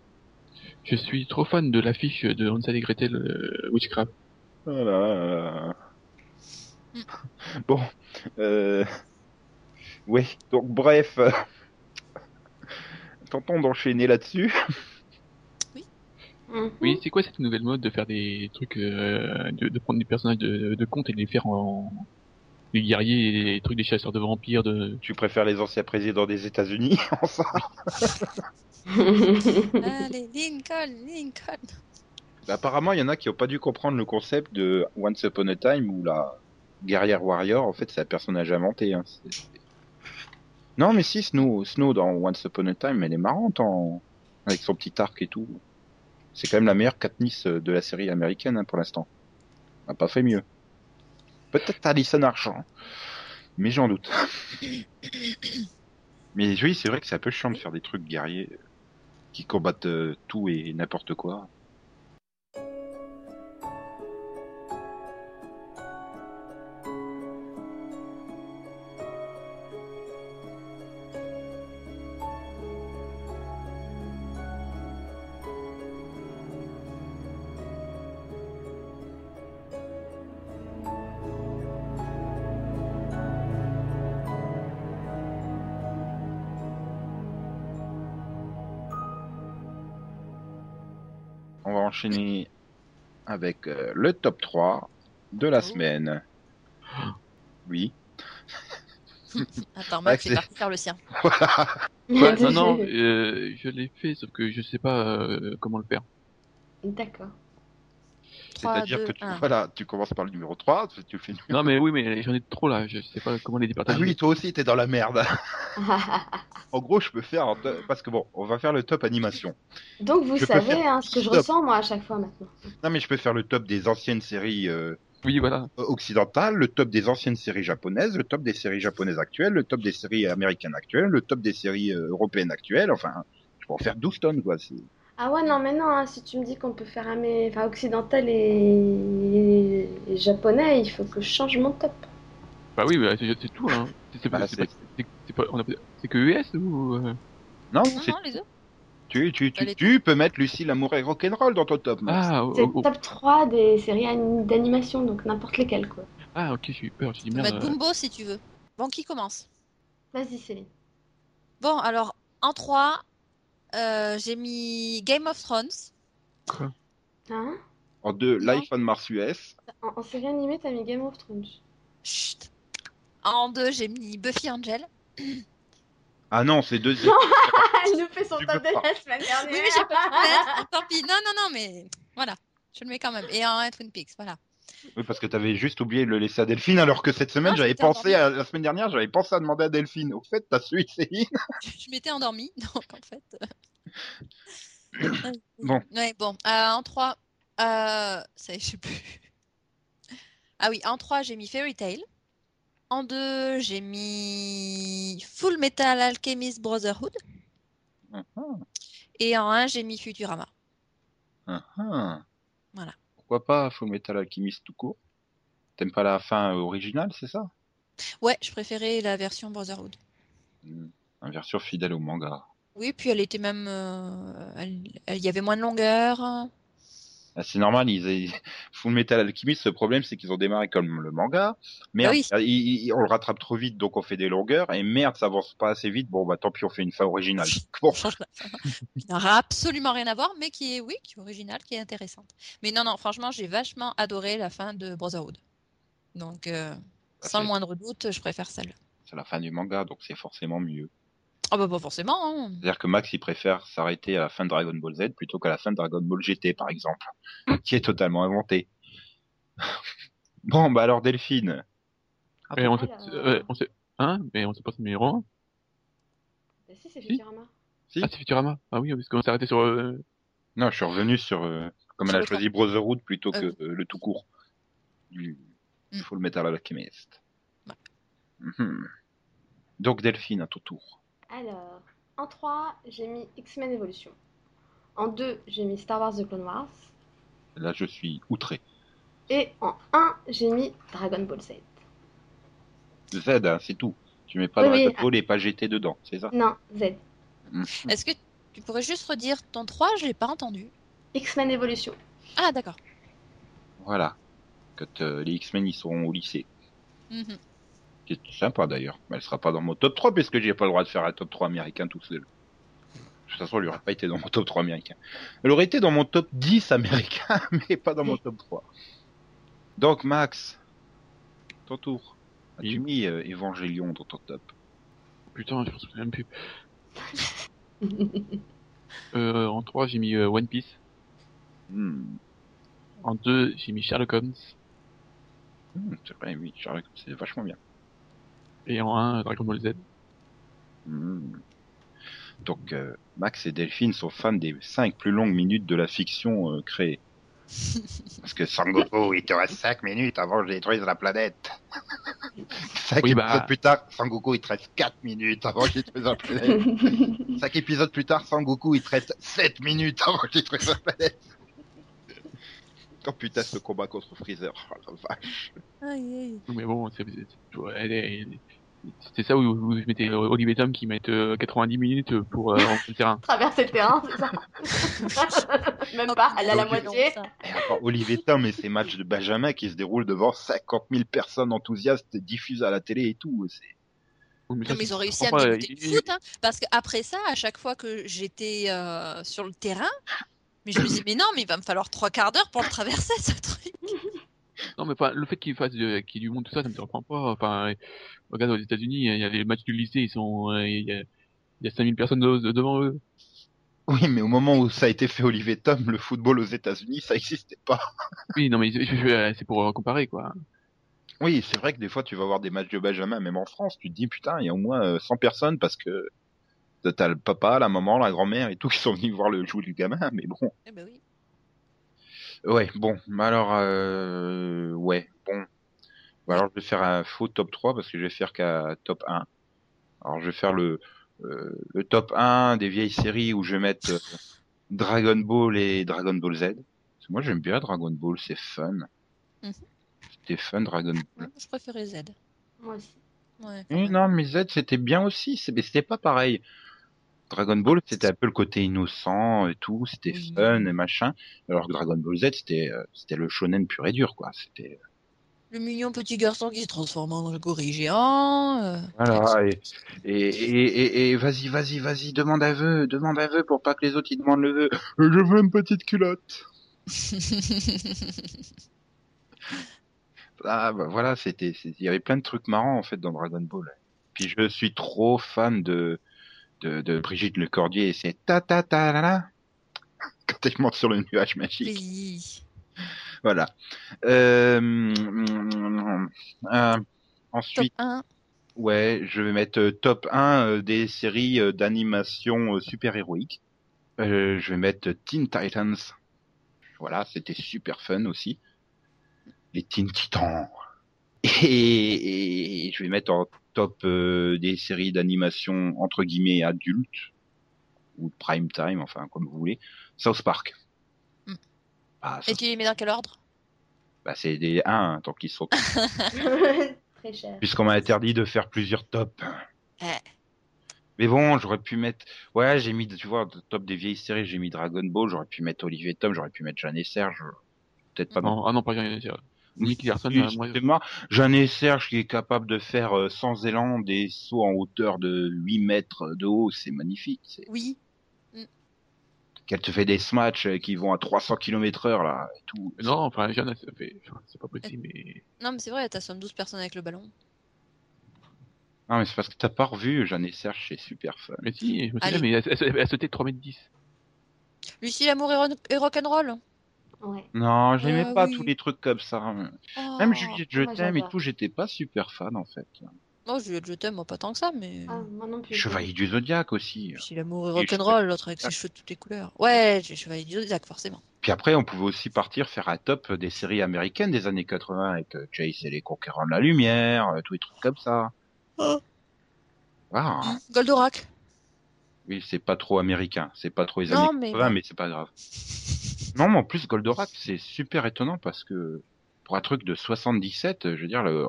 je suis trop fan de l'affiche de Hansel et Gretel euh, Witchcraft. Oh là là. Mm. Bon, euh... oui, donc bref, euh, tentons d'enchaîner là-dessus. Mhm. Oui, c'est quoi cette nouvelle mode de faire des trucs, euh, de, de prendre des personnages de, de conte et de les faire en des guerriers et des trucs des chasseurs de vampires de Tu préfères les anciens présidents des États-Unis en ça allez, Lincoln, Lincoln. Bah, Apparemment, il y en a qui n'ont pas dû comprendre le concept de Once Upon a Time où la guerrière warrior, en fait, c'est un personnage inventé. hein. C'est- c'est- Non, mais si, Snow, Snow dans Once Upon a Time, elle est marrante en... avec son petit arc et tout. C'est quand même la meilleure Katniss euh, de la série américaine hein, pour l'instant. On n'a pas fait mieux. Peut-être Alison Argent, hein. mais j'en doute. mais oui, c'est vrai que c'est un peu chiant de faire des trucs guerriers euh, qui combattent euh, tout et n'importe quoi. enchaîner avec euh, le top 3 de la Oh. semaine. Oui. Attends, Max Max, est c'est- parti faire le sien. Ouais, non, non, euh, je l'ai fait, sauf que je sais pas euh, comment le faire. D'accord. 3, C'est-à-dire 2, que tu, 1. voilà, tu commences par le numéro 3, tu, tu fais le numéro- Non, mais oui, mais j'en ai trop là, je sais pas comment les Ah départager. oui, toi aussi, t'es dans la merde. Ah. En gros, je peux faire... un top- Parce que bon, on va faire le top animation. Donc vous Je peux savez faire hein, ce que je stop. ressens moi à chaque fois maintenant. Non, mais je peux faire le top des anciennes séries euh, Oui, voilà. occidentales, le top des anciennes séries japonaises, le top des séries japonaises actuelles, le top des séries américaines actuelles, le top des séries euh, européennes actuelles. Enfin, je peux en faire 12 tonnes, quoi. c'est- Ah ouais non mais non hein, si tu me dis qu'on peut faire un mais enfin occidental et... et japonais il faut que je change mon top. Bah oui, bah, c'est c'est tout. Hein. C'est- C'est Bah, pas- c'est c'est- pas- c'est- c'est pas- on appelle- c'est que US ou euh, Non, Non, c'est- non, les autres. tu, tu, Elle est- tu, tu peux mettre Lucie l'amour et rock'n'roll dans ton top, Max. Ah, oh, C'est oh, top 3 des séries ani- d'animation donc n'importe lesquelles quoi. ah, ok, j'ai eu peur. J'ai dit Tu peux merde. mettre euh, Gumbo si tu veux. Bon, qui commence Vas-y Céline. Bon, alors, en 3, euh, j'ai mis Game of Thrones. Hein En deux, Non. Life on Mars US. en, en série animée t'as mis Game of Thrones. Chut. En 2, j'ai mis Buffy Angel. Ah non, c'est deux. Elle nous fait Ah, son Tu top peux de pas. la semaine dernière. Oui, mais j'ai pas pu mettre. Tant pis. Non, non, non, mais voilà. Je le mets quand même. Et en Twin Peaks, voilà. Oui, parce que t'avais juste oublié de le laisser à Delphine, alors que cette semaine, Ah, j'avais j'étais pensé, à, la semaine dernière, j'avais pensé à demander à Delphine. Au fait, t'as suivi Céline Je, je m'étais endormie, donc en fait. euh, Bon. Ouais, bon. Euh, en 3, euh... ça y est, je sais plus. Ah oui, en 3, j'ai mis Fairy Tail. En 2, j'ai mis Full Metal Alchemist Brotherhood. Mhm. Et en 1, j'ai mis Futurama. Ah, ah. Voilà. Pourquoi pas Full Metal Alchemist tout court T'aimes pas la fin originale, c'est ça Ouais, je préférais la version Brotherhood. Hmm. Une version fidèle au manga. Oui, puis elle était même. euh, elle- elle- Il y avait moins de longueur. Ah, C'est normal, ils aient- Full Metal Alchemist, le problème c'est qu'ils ont démarré comme le manga. Ah Merde, oui. il- il- on le rattrape trop vite, donc on fait des longueurs. Et merde, ça avance pas assez vite. Bon, bah tant pis, on fait une fin originale. Bon, On change la fin. Qui n'aura absolument rien à voir, mais qui est, oui, qui est originale, qui est intéressante. Mais non, non, franchement, j'ai vachement adoré la fin de Brotherhood. Donc, euh, Ah, sans le c'est- moindre doute, je préfère celle-là. c'est la fin du manga, donc c'est forcément mieux. Ah, bah, pas forcément. hein. C'est-à-dire que Max, il préfère s'arrêter à la fin de Dragon Ball Z plutôt qu'à la fin de Dragon Ball GT, par exemple, Hmm. qui est totalement inventée. bon, bah alors Delphine. mais on sait- Voilà. euh, on sait- hein, mais on sait pas ce numéro. un. Bah si c'est Futurama. Si. Ah, c'est Futurama. Ah oui, parce qu'on s'est arrêté sur. euh, Non, je suis revenu sur euh, comme elle Sur a le choisi Brotherhood plutôt que Euh. euh, le tout court du Mm. Full Metal Alchemist. Ouais. Mhm. Donc Delphine, à ton tour. Alors, en 3, j'ai mis X-Men Evolution. En 2, j'ai mis Star Wars The Clone Wars. Là, je suis outré. Et en 1, j'ai mis Dragon Ball Z. Z, hein, c'est tout. Tu mets pas Oui, Dragon oui. Ball et pas GT dedans, c'est ça Non, Z. Mm. Est-ce que tu pourrais juste redire ton 3 Je l'ai pas entendu. X-Men Evolution. Ah, d'accord. Voilà. Quand euh, les X-Men ils seront au lycée. Mhm. C'est sympa d'ailleurs. Mais elle sera pas dans mon top 3 parce que j'ai pas le droit de faire un top 3 américain tout seul. De toute façon, elle aurait pas été dans mon top 3 américain. Elle aurait été dans mon top 10 américain, mais pas dans mon top 3. Donc, Max, ton tour. As-tu Oui. mis euh, Evangelion dans ton top Putain, je pense que je sais même plus. Euh, en 3, j'ai mis euh, One Piece. Hmm, En 2, j'ai mis Sherlock Holmes. hmm, C'est vrai, oui, Sherlock, c'est vachement bien. Et en 1, Dragon Ball Z. Hmm. Donc, euh, Max et Delphine sont fans des 5 plus longues minutes de la fiction euh, créée. Parce que Sangoku, il te reste 5 minutes avant que je détruise la planète. 5 Oui, épisodes bah. plus tard, Sangoku, il te reste 4 minutes avant que je détruise la planète. 5 épisodes plus tard, Sangoku, il te reste 7 minutes avant que je détruise la planète. Oh putain, ce combat contre Freezer. Oh, la vache. Aïe, aïe. Mais bon, c'est c'est- ouais, elle est- elle est- c'est ça où, où je mettais euh, Olivier Tom qui met euh, 90 minutes pour euh, rentrer le terrain. Traverser le terrain, c'est ça Même pas, elle a la Donc, euh, moitié. Ça. Et encore, Olivier Tom et ses matchs de Benjamin qui se déroulent devant 50 000 personnes enthousiastes diffusées à la télé et tout. c'est- Non, mais ça, ils ont je réussi à comprends me pas, dégoûter il- de foot, hein, parce qu'après ça, à chaque fois que j'étais euh, sur le terrain, Mais je me dis, mais non, mais il va me falloir trois quarts d'heure pour le traverser, ce truc. Non, mais enfin, le fait qu'il fasse de- qu'il y ait du monde, tout ça, ça me surprend pas. Enfin, euh, regarde, aux États-Unis, il y a les matchs du lycée, ils sont, euh, il y a, il y a 5000 personnes de- de- devant eux. Oui, mais au moment où ça a été fait Olivier Tom, le football aux États-Unis, ça n'existait pas. Oui, non, mais je- je- je- c'est pour euh, comparer, quoi. Oui, c'est vrai que des fois tu vas voir des matchs de Benjamin, même en France, tu te dis putain, il y a au moins euh, 100 personnes parce que t'as le papa, la maman, la grand-mère et tout qui sont venus voir le jouer du gamin, mais bon. Eh ben oui. Ouais, bon, mais alors, euh, ouais, bon. Bon, Alors je vais faire un faux top 3 parce que je vais faire qu'à top 1. Alors je vais faire le, euh, le top 1 des vieilles séries où je vais mettre euh, Dragon Ball et Dragon Ball Z. Parce que moi j'aime bien Dragon Ball, c'est fun. Mhm. C'était fun Dragon Ball. Ouais, je préférais Z. Moi aussi. Ouais. Oui, Mm, Mm. non, mais Z, c'était bien aussi, c'est- mais c'était pas pareil. Dragon Ball, c'était un peu le côté innocent et tout, c'était Oui. fun et machin, alors que Dragon Ball Z, c'était euh, c'était le shonen pur et dur, quoi. C'était Le mignon petit garçon qui se transforme en gorille géant. euh, voilà. Et, et, et, et, et vas-y, vas-y, vas-y, demande un vœu, demande un vœu pour pas que les autres ils demandent le vœu. Euh, Je veux une petite culotte. Ah bah voilà, c'était, c'est- il y avait plein de trucs marrants en fait dans Dragon Ball. Puis je suis trop fan de de, de Brigitte Lecordier et c'est ta ta ta la la quand elle monte sur le nuage magique. oui. Voilà. Euh, mm, euh, Top ensuite, 1. ouais, je vais mettre euh, top 1 euh, des séries euh, d'animation euh, super-héroïque. Euh, je vais mettre Teen Titans. Voilà, c'était super fun aussi. Les Teen Titans. Et, et je vais mettre en top euh, des séries d'animation entre guillemets adultes ou prime time, enfin comme vous voulez. South Park. Mm. Ah, Et South tu les mets dans quel ordre bah, c'est des 1 tant qu'ils sont. Très cher. Puisqu'on m'a interdit de faire plusieurs tops. Ouais. Mais bon, j'aurais pu mettre. Ouais, j'ai mis, tu vois, de- top des vieilles séries, j'ai mis Dragon Ball, j'aurais pu mettre Olivier Tom, j'aurais pu mettre Jeanne et Serge. Peut-être pas Non, ah non, pas rien. c'est- Nicky Larson, Oui, euh, moi, c'est marrant. Jeanne et Serge qui est capable de faire euh, sans élan des sauts en hauteur de 8 mètres de haut, c'est magnifique. c'est- Oui. Qu'elle te fait des smatchs euh, qui vont à 300 km heure, là, et tout. non, enfin, Jeanne, elle, ça fait, enfin, c'est pas possible, mais. Non, mais c'est vrai, t'as somme 12 personnes avec le ballon. Non, mais c'est parce que t'as pas revu Jeanne et Serge, c'est super fun. Mais si, je me souviens, Allez. mais elle, elle, elle, elle sautait de 3m10. Lucie, l'amour et, ron- et rock'n'roll. Ouais. Non, j'aimais Ah, pas oui. tous les trucs comme ça. Oh. Même Juliette, je moi, t'aime et j'adore. tout, j'étais pas super fan en fait. Moi, Juliette, je t'aime, moi, pas tant que ça, mais. Ah, moi non plus. Chevalier du Zodiaque aussi. Lucie, l'amour et Et je- Ah. rock'n'roll, l'autre avec ses cheveux de toutes les couleurs. Ouais, j'ai Chevalier du Zodiac, forcément. Puis après, on pouvait aussi partir faire un top des séries américaines des années 80 avec euh, Jace et les Conquérants de la Lumière, euh, tous les trucs comme ça. Oh. Ah, Mmh. Goldorak. oui, c'est pas trop américain, c'est pas trop les Non, années mais- 80, mais c'est pas grave. Non, mais en plus, Goldorak, c'est super étonnant parce que pour un truc de 77, euh, je veux dire, la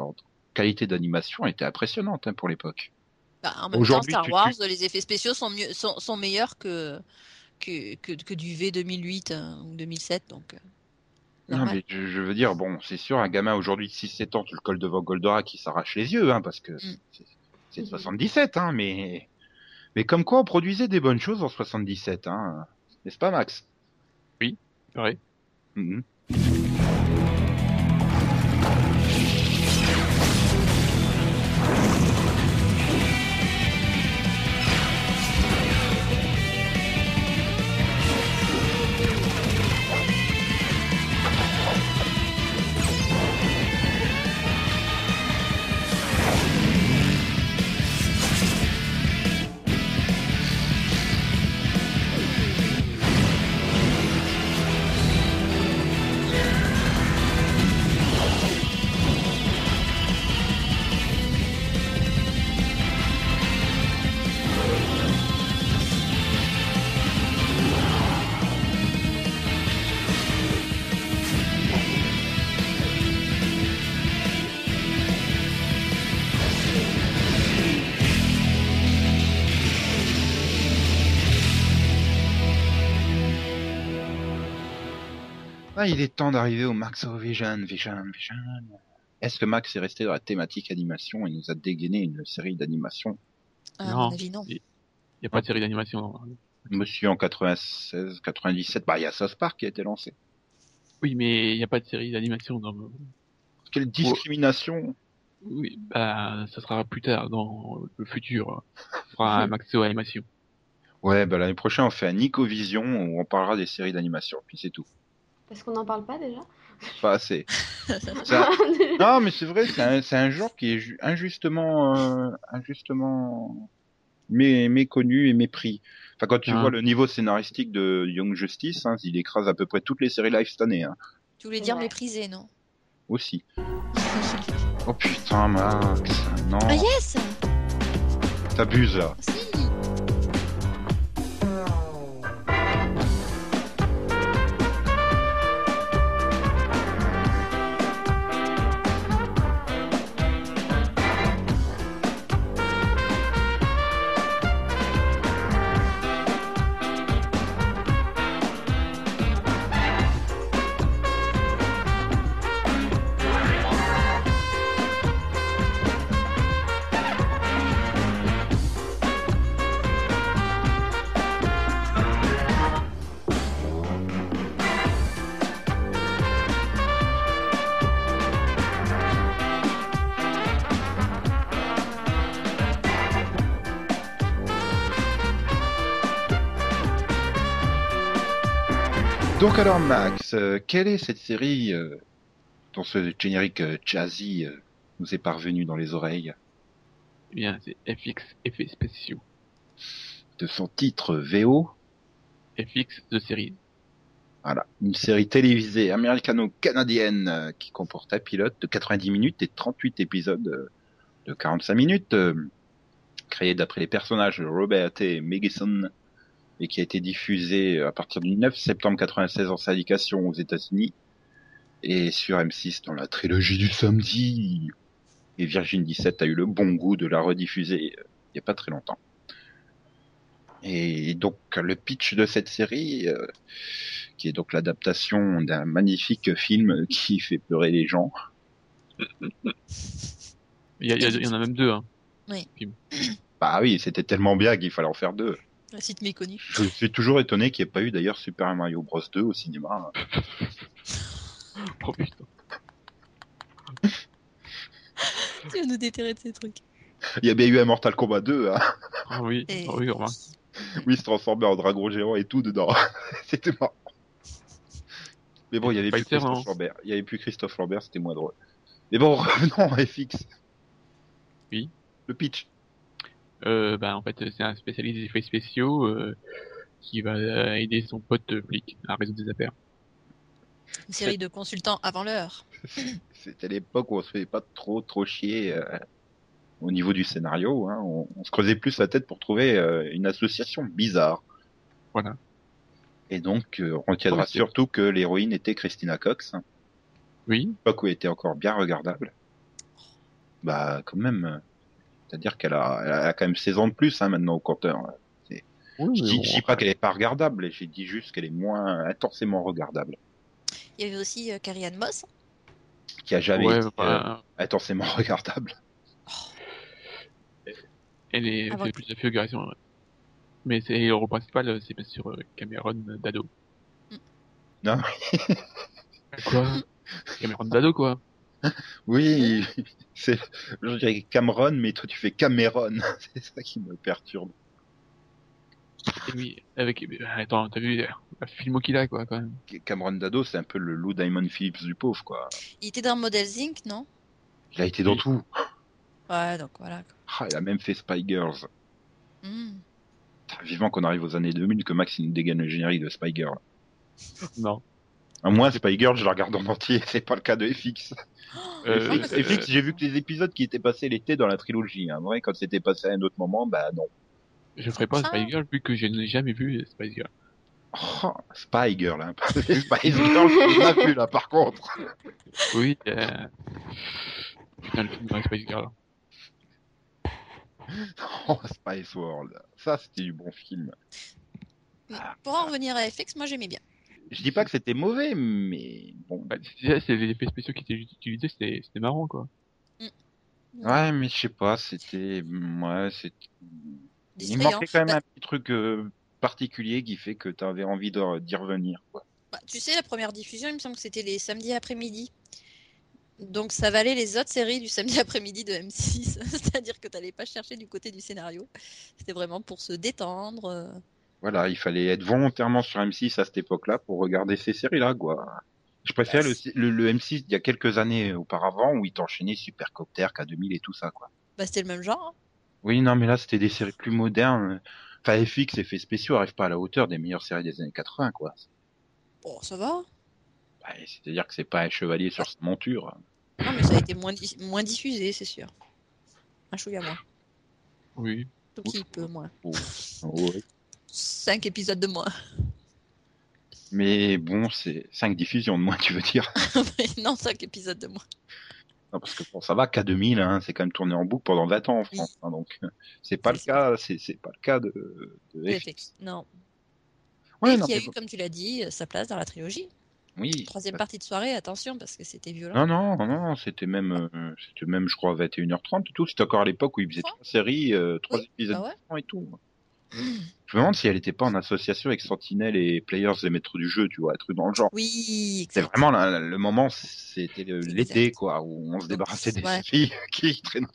qualité d'animation était impressionnante hein, pour l'époque. Bah, en même temps, Aujourd'hui, Star tu- tu- Wars, les effets spéciaux sont, mieux, sont, sont meilleurs que, que, que, que du V 2008 hein, ou 2007, donc. euh, Non, normal. mais je, je veux dire, bon, c'est sûr, un gamin aujourd'hui de 6-7 ans, tu le colles devant Goldorak, qui s'arrache les yeux, hein, parce que c'est- c'est de 77, hein, mais... Mais comme quoi, on produisait des bonnes choses en 77, hein. N'est-ce pas, Max Pareil. Mhm. Ah, il est temps d'arriver au Max Vision, Vision, Vision. Est-ce que Max est resté dans la thématique animation et nous a dégainé une série d'animation Ah, À Non. mon avis, non. Il n'y a pas de série d'animation. Monsieur en 96, 97, bah il y a South Park qui a été lancé. Oui, mais il n'y a pas de série d'animation dans. Quelle discrimination Oui, bah, ça sera plus tard dans le futur. Ça sera un maxo animation. Ouais, bah l'année prochaine on fait un Nicovision où on parlera des séries d'animation, puis c'est tout. Parce qu'on n'en parle pas déjà Pas assez. Ça- Non, mais c'est vrai, c'est un, c'est un genre qui est ju- injustement, euh, injustement mé- méconnu et mépris. Enfin, quand tu Ah. vois le niveau scénaristique de Young Justice, hein, il écrase à peu près toutes les séries live cette année, hein, Tu voulais dire Ouais. méprisé, non aussi. Oh putain, Max, non, Ah yes t'abuses là. Si Donc alors, Max, euh, quelle est cette série euh, dont ce générique euh, jazzy euh, nous est parvenu dans les oreilles Eh bien, c'est FX Effets Spéciaux. de son titre VO FX de série. Voilà, une série télévisée américano-canadienne euh, qui comporte un pilote de 90 minutes et 38 épisodes euh, de 45 minutes, euh, créée d'après les personnages de Robert T. Megison et qui a été diffusée à partir du 9 septembre 96 en syndication aux États-Unis et sur M6 dans la trilogie du samedi. Et Virgin 17 a eu le bon goût de la rediffuser euh, il n'y a pas très longtemps. Et donc le pitch de cette série, euh, qui est donc l'adaptation d'un magnifique film qui fait pleurer les gens. Il y, a- il y a- il y en a même deux, hein. Bah oui, c'était tellement bien qu'il fallait en faire deux. Un site méconnu. Je suis toujours étonné qu'il n'y ait pas eu d'ailleurs Super Mario Bros 2 au cinéma. Oh putain. Tu vas nous déterrer de ces trucs. Il y avait eu un Mortal Kombat 2, hein, Ah oui, Et- ah oui, remarque. où il se transformait en dragon géant et tout dedans. c'était marrant. Mais bon, il y avait Pas plus étonnant. Christophe Lambert. Il y avait plus Christophe Lambert, c'était moins drôle. Mais bon, revenons à FX. Oui. Le pitch. Euh, bah, en fait, c'est un spécialiste des effets spéciaux euh, qui va euh, aider son pote euh, flic à résoudre des affaires. Une série de consultants avant l'heure. C'était l'époque où on se faisait pas trop trop chier euh, au niveau du scénario. Hein. On, on se creusait plus la tête pour trouver euh, une association bizarre. Voilà. Et donc, euh, on tiendra Oui, c'est- surtout que l'héroïne était Christina Cox, hein, Oui, époque où elle était encore bien regardable. Bah, quand même. euh, C'est-à-dire qu'elle a, elle a quand même 16 ans de plus hein, maintenant au compteur. oui Je mais dis, bon, je dis pas qu'elle est pas regardable, j'ai dit juste qu'elle est moins intensément regardable. Il y avait aussi euh, Carrie Ann Moss. Qui a jamais ouais, été euh, bah, intensément regardable. Oh, elle est Ah, c'est bon. plus la figuration. ouais. Mais c'est le rôle principal, euh, c'est bien sûr euh, Cameron Dado. Mm. Non. quoi Cameron Dado, quoi. Oui, c'est, je dirais Cameron, mais toi tu fais Cameron. C'est ça qui me perturbe. Et oui, avec. Attends, t'as vu euh, la filmo qu'il a, quoi, quand même. Cameron Dado, c'est un peu le Lou Diamond Phillips du pauvre, quoi. Il était dans Model Inc, non Il a été dans Oui. tout. Ouais, donc voilà. quoi. Ah, il a même fait Spy Girls. Hmm. Putain, Vivement qu'on arrive aux années 2000 que Max il nous dégaine le générique de Spy Girl. Non. À moins Spy Girl, je la regarde en entier. C'est pas le cas de FX. Euh, FX, euh, FX, j'ai vu que les épisodes qui étaient passés l'été dans la trilogie. Hein. Vrai, quand c'était passé à un autre moment, bah non. je ferai pas Ah. Spice Girl vu que je n'ai jamais vu Spice Girl. Oh, Spy Girl, hein. Spy Girl, je l'ai plus là, par contre. Oui, euh... Putain, le film dans Spice Girl. Oh, Spice World. Ça, c'était du bon film. Ah. Pour en revenir à FX, moi j'aimais bien. Je dis pas que c'était mauvais, mais bon. Bah, c'est c'est les effets spéciaux qui étaient utilisés, c'était c'était marrant, quoi. Ouais, mais je sais pas, c'était. Ouais, c'était. Des Il effrayants. manquait quand même Bah, un petit truc euh, particulier qui fait que tu avais envie d'en- d'y revenir. quoi. Bah, tu sais, la première diffusion, il me semble que c'était les samedis après-midi. Donc ça valait les autres séries du samedi après-midi de M6. C'est-à-dire que t'allais pas chercher du côté du scénario. C'était vraiment pour se détendre. euh. Voilà, il fallait être volontairement sur M6 à cette époque-là pour regarder ces séries-là, quoi. Je préfère le, le, le M6 d'il y a quelques années auparavant où il t'enchaînait Supercopter, K2000 et tout ça, quoi. Bah, c'était le même genre. hein. Oui, non, mais là, c'était des séries plus modernes. Enfin, FX, effets spéciaux arrivent pas à la hauteur des meilleures séries des années 80, quoi. Bon, ça va. Bah, C'est-à-dire que c'est pas un chevalier sur sa monture. Non, mais ça a été moins, di- moins diffusé, c'est sûr. Un chouïa moins. Oui. Tout petit peu moins. Ouais. Cinq épisodes de moins. Mais bon, c'est cinq diffusions de moins, tu veux dire. non, cinq épisodes de moins. Non, parce que bon, ça va, K2000, hein, c'est quand même tourné en boucle pendant 20 ans en France. hein, donc, euh, c'est pas le C'est ça. cas, c'est c'est pas le cas de, de FX. Effect- Non. Ouais, Et non, qui a mais eu, comme tu l'as dit, euh, sa place dans la trilogie. bon, oui. Troisième partie de soirée, attention, parce que c'était violent. Ah Non, non, non, non, c'était même, euh, c'était même, je crois, 21h30 et tout. C'était encore à l'époque où ils faisaient trois séries, euh, trois épisodes Bah Ah différents ouais. Hmm. et tout. Je me demande si elle n'était pas en association avec Sentinelle et Players, les maîtres du jeu, tu vois, un truc dans le genre. Oui, C'est exact. vraiment la- la- le moment, c'était le- Exact. l'été, quoi, où on se débarrassait des Ouais. séries qui traînaient.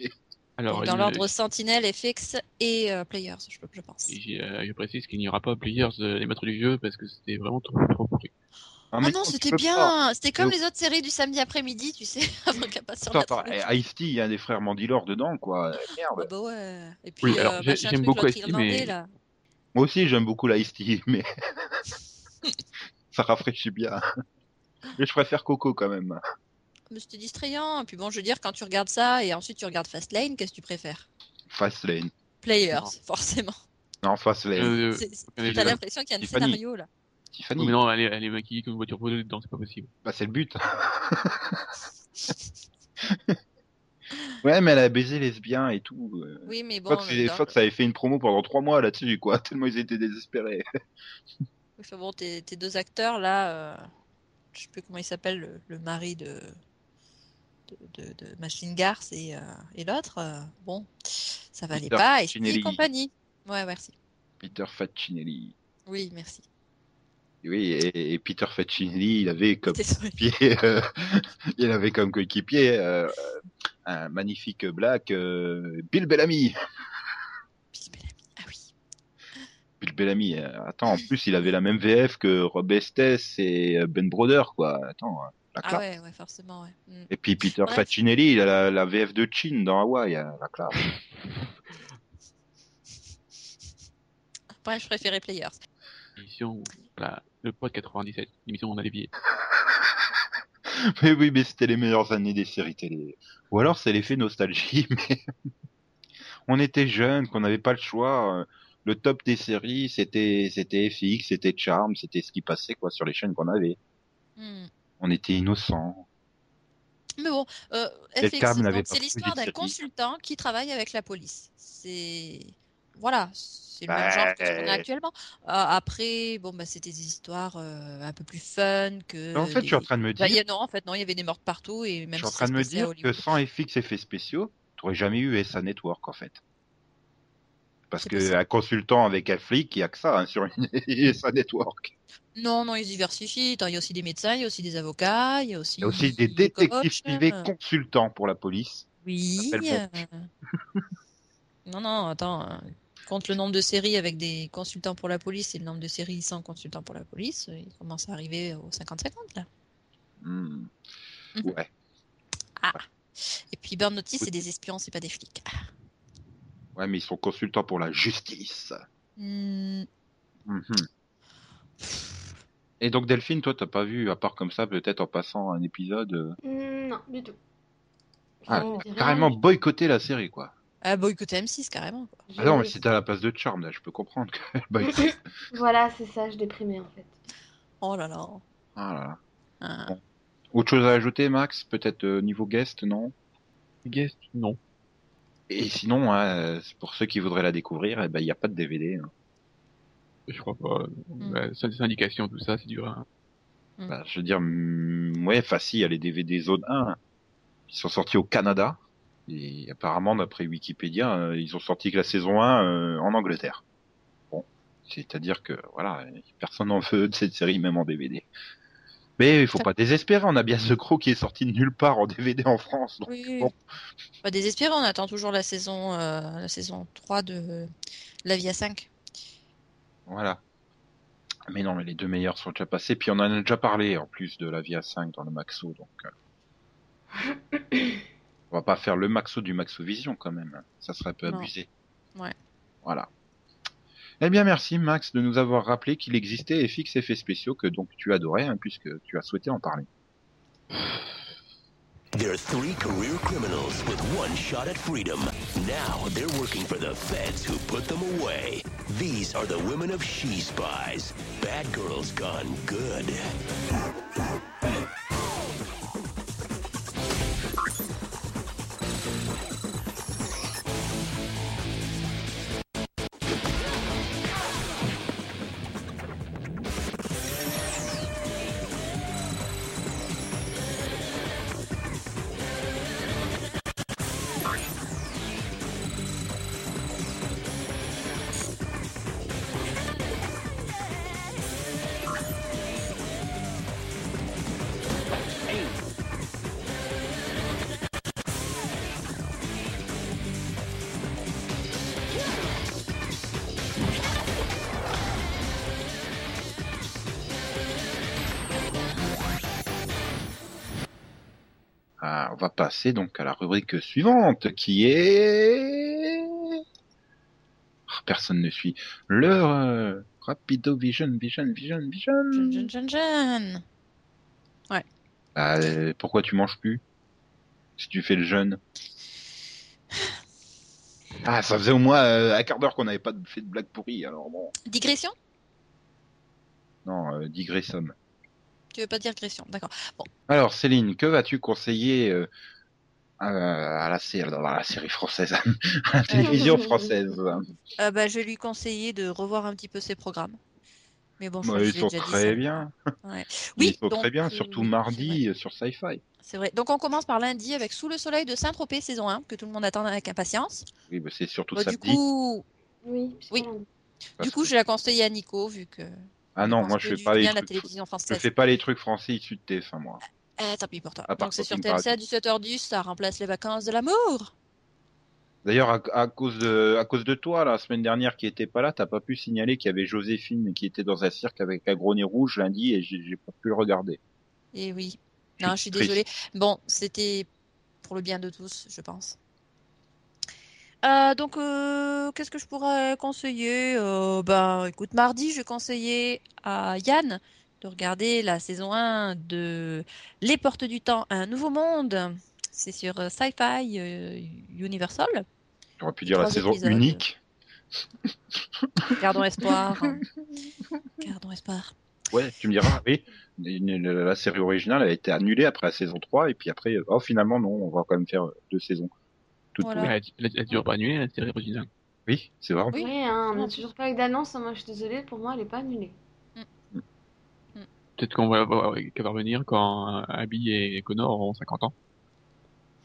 Alors, euh, dans il- l'ordre Sentinelle, FX et euh, Players, je, je pense. et j'ai, euh, je précise qu'il n'y aura pas Players, euh, les maîtres du jeu, parce que c'était vraiment trop, trop pris. Ah, Ah mais non, tu c'était peux pas. bien. C'était comme Mais- les autres séries du samedi après-midi, tu sais, avant qu'elle passe sur Attends, la attends, trilogie. eh, Ice-T, il y a des frères Mandylore dedans, quoi. Ah Merde. bah ouais. Et puis, Oui, alors, euh, j'ai- machin j'aime truc, beaucoup l'autre Esti, Irlandais, mais- là. Moi aussi, j'aime beaucoup la Ice-T, mais ça rafraîchit bien. Mais je préfère Coco quand même. Mais c'était distrayant. Et puis bon, je veux dire, quand tu regardes ça et ensuite tu regardes Fastlane, qu'est-ce que tu préfères Fastlane. Players, Non. forcément. Non, Fastlane. Euh, C'est- euh, T'as je- l'impression qu'il y a un Tiffany. scénario, là. Tiffany. Ah, oui, mais non, elle est, elle est maquillée comme une voiture volée dedans, c'est pas possible. Bah, c'est le but. ouais, mais elle a baisé lesbien et tout. euh. Oui, mais bon. Fox, en et- même temps, Fox avait fait une promo pendant trois mois là-dessus, quoi. Tellement ils étaient désespérés. Enfin bon, tes, tes deux acteurs là, euh, je sais plus comment il s'appelle, le, le mari de, de, de- de Machine Garth et, euh, et l'autre, euh, bon, ça valait Peter pas, et Cinelli. et compagnie. Ouais, merci. Peter Facinelli. Oui, merci. Oui, et, et Peter Facinelli, il avait comme Désolée. coéquipier, euh, il avait comme coéquipier euh, un magnifique black euh, Bill Bellamy. Bill Bellamy. Ah oui. Bill Bellamy, euh, attends, en plus il avait la même VF que Rob Estes et euh, Ben Broder, quoi. Attends, euh, la Ah classe. ouais, ouais, forcément, ouais. Mm. Et puis Peter Bref. Facinelli, il a la, la VF de Chin dans Hawaï, euh, la classe. Après, je préférais Players. L'émission, voilà, le pod 97, l'émission où on a dévié. Mais oui, mais c'était les meilleures années des séries télé. Ou alors c'est l'effet nostalgie, mais on était jeunes, qu'on n'avait pas le choix. euh, Le top des séries, c'était c'était FX, c'était Charm, c'était ce qui passait quoi sur les chaînes qu'on avait. Mm. On était innocents. Mais bon, euh, Et le FX, câble n'avait donc, pas c'est l'histoire produit de série. d'un consultant qui travaille avec la police. C'est voilà, c'est le Ouais. même genre que ce Bah, qu'on a actuellement. Euh, après, bon bah c'était des histoires euh, un peu plus fun que. en fait, je les- suis en train de me dire, Bah, il y a- non, en fait non, il y avait des morts partout et je même suis en si train de ça se me passait à dire que Hollywood, sans FX effets spéciaux, t'aurais jamais eu SA Network en fait. Parce C'est que possible. un consultant avec un flic, il y a que ça hein, sur une SA Network. non non, ils diversifient. Attends, Il y a aussi des médecins, il y a aussi des avocats, il y a aussi. Il y a aussi des détectives coachs. privés consultants pour la police. Oui. s'appelle euh, non non, attends. euh, Compte le nombre de séries avec des consultants pour la police et le nombre de séries sans consultants pour la police, euh, il commence à arriver au 50-50 là. Hmm. Mhm. Ouais. Et puis Burn Notice, c'est des espions, c'est pas des flics. Ah. Ouais, mais ils sont consultants pour la justice. Hmm, Mhm. Et donc Delphine, toi, t'as pas vu, à part comme ça, peut-être en passant un épisode, euh, Hmm, Non, du tout. Ah, Ça me dit rien. carrément boycotter la série, quoi. Ah, boycotter M6 carrément. quoi. Je- Ah non, mais c'était à la place de Charm, là, je peux comprendre que... boycotte. Voilà, c'est ça, je déprimais en fait. Oh là là. Ah là là. Ah. Autre chose à ajouter, Max Peut-être euh, niveau guest, non Guest, non. Et sinon, hein, euh, pour ceux qui voudraient la découvrir, eh ben, il n'y a pas de DVD. hein. Je crois pas. Hmm. Bah, ça, c'est indication, tout ça, c'est dur. hein. à- Bah, je veux dire, mm, ouais, enfin si, il y a les DVD Zone 1, qui sont sortis au Canada. Et apparemment, d'après Wikipédia, euh, ils ont sorti que la saison 1 euh, en Angleterre. C'est-à-dire que voilà, personne n'en veut de cette série, même en DVD. Mais il faut Ça- pas désespérer, on a bien The Crow qui est sorti de nulle part en DVD en France. donc Oui, oui. bon. Pas désespéré, on attend toujours la saison, euh, la saison 3 de euh, La Vie à 5. Voilà. Mais non, mais les deux meilleurs sont déjà passés. Puis on en a déjà parlé en plus de la Via 5 dans le Maxo, donc euh, on va pas faire le Maxo du Maxo Vision quand même. hein. Ça serait un peu Non. abusé. Ouais. Voilà. Eh bien, merci Max de nous avoir rappelé qu'il existait FX effets spéciaux que donc tu adorais hein, puisque tu as souhaité en parler. They're three career criminals with one shot at freedom. Now they're working for the feds who put them away. These are the women of She Spies. Bad girls gone good. Ah, on va passer donc à la rubrique suivante qui est... Ah, Personne ne suit. Le euh, Rapido Vision, Vision, Vision, Jeune, Vision. jeune, jeune, jeune. Ah, euh, pourquoi tu manges plus Si tu fais le jeûne. Ah, ça faisait au moins euh, un quart d'heure qu'on n'avait pas fait de blague pourrie, alors bon. Digression Non, euh, digressons. Tu veux pas dire digression, d'accord. Alors Céline, que vas-tu conseiller euh, à, à la, sé- dans la série française, à la télévision française Euh, bah, je vais lui conseiller de revoir un petit peu ses programmes. Mais bon, je crois Bah, Ils que je l'ai sont déjà dit très ça. bien. Oui, Ils sont donc, très bien, euh, surtout oui, mardi euh, sur Sci-Fi. C'est vrai. Donc on commence par lundi avec Sous le soleil de Saint-Tropez saison 1 que tout le monde attend avec impatience. Oui, bah, c'est surtout Bon, du samedi. coup, Oui, c'est Oui. pas mal. parce du coup, que- je la conseille à Nico vu que Ah non, pense moi je fais que du pas les bien la trucs. télévision Je française. fais pas les trucs français issus de TF1 moi. Eh, tant pis pour toi. À part Donc c'est sur Cosmic TMC à Paradis. 17h10, ça remplace les vacances de l'amour. D'ailleurs, à, à cause de, à cause de toi, la semaine dernière qui était pas là, t'as pas pu signaler qu'il y avait Joséphine qui était dans un cirque avec un gros nez rouge lundi et j'ai j'ai pas pu le regarder. Et Eh oui. Je Non, je suis suis triste. désolée. Bon, c'était pour le bien de tous, je pense. Euh, donc, euh, qu'est-ce que je pourrais conseiller Euh, Ben, écoute, mardi, je conseillais à Yann de regarder la saison 1 de Les Portes du Temps, un nouveau monde. C'est sur euh, Sci-Fi euh, Universal. J'aurais pu dire la Trois saison épisodes. unique. Gardons espoir. Gardons espoir. Ouais, tu me diras, oui. une- La la série originale a été annulée après la saison 3 et puis après, oh finalement non, on va quand même faire euh, deux saisons. Toutes Voilà. pourries. Ouais, elle, elle dure pas annuler la série originale. Oui, c'est vrai. Oui. Ouais, hein, on n'a toujours pas eu d'annonce, hein, moi je suis désolée, pour moi elle est pas annulée. Peut-être qu'on va, va- va- qu'elle va revenir quand euh, Abby et Connor auront 50 ans.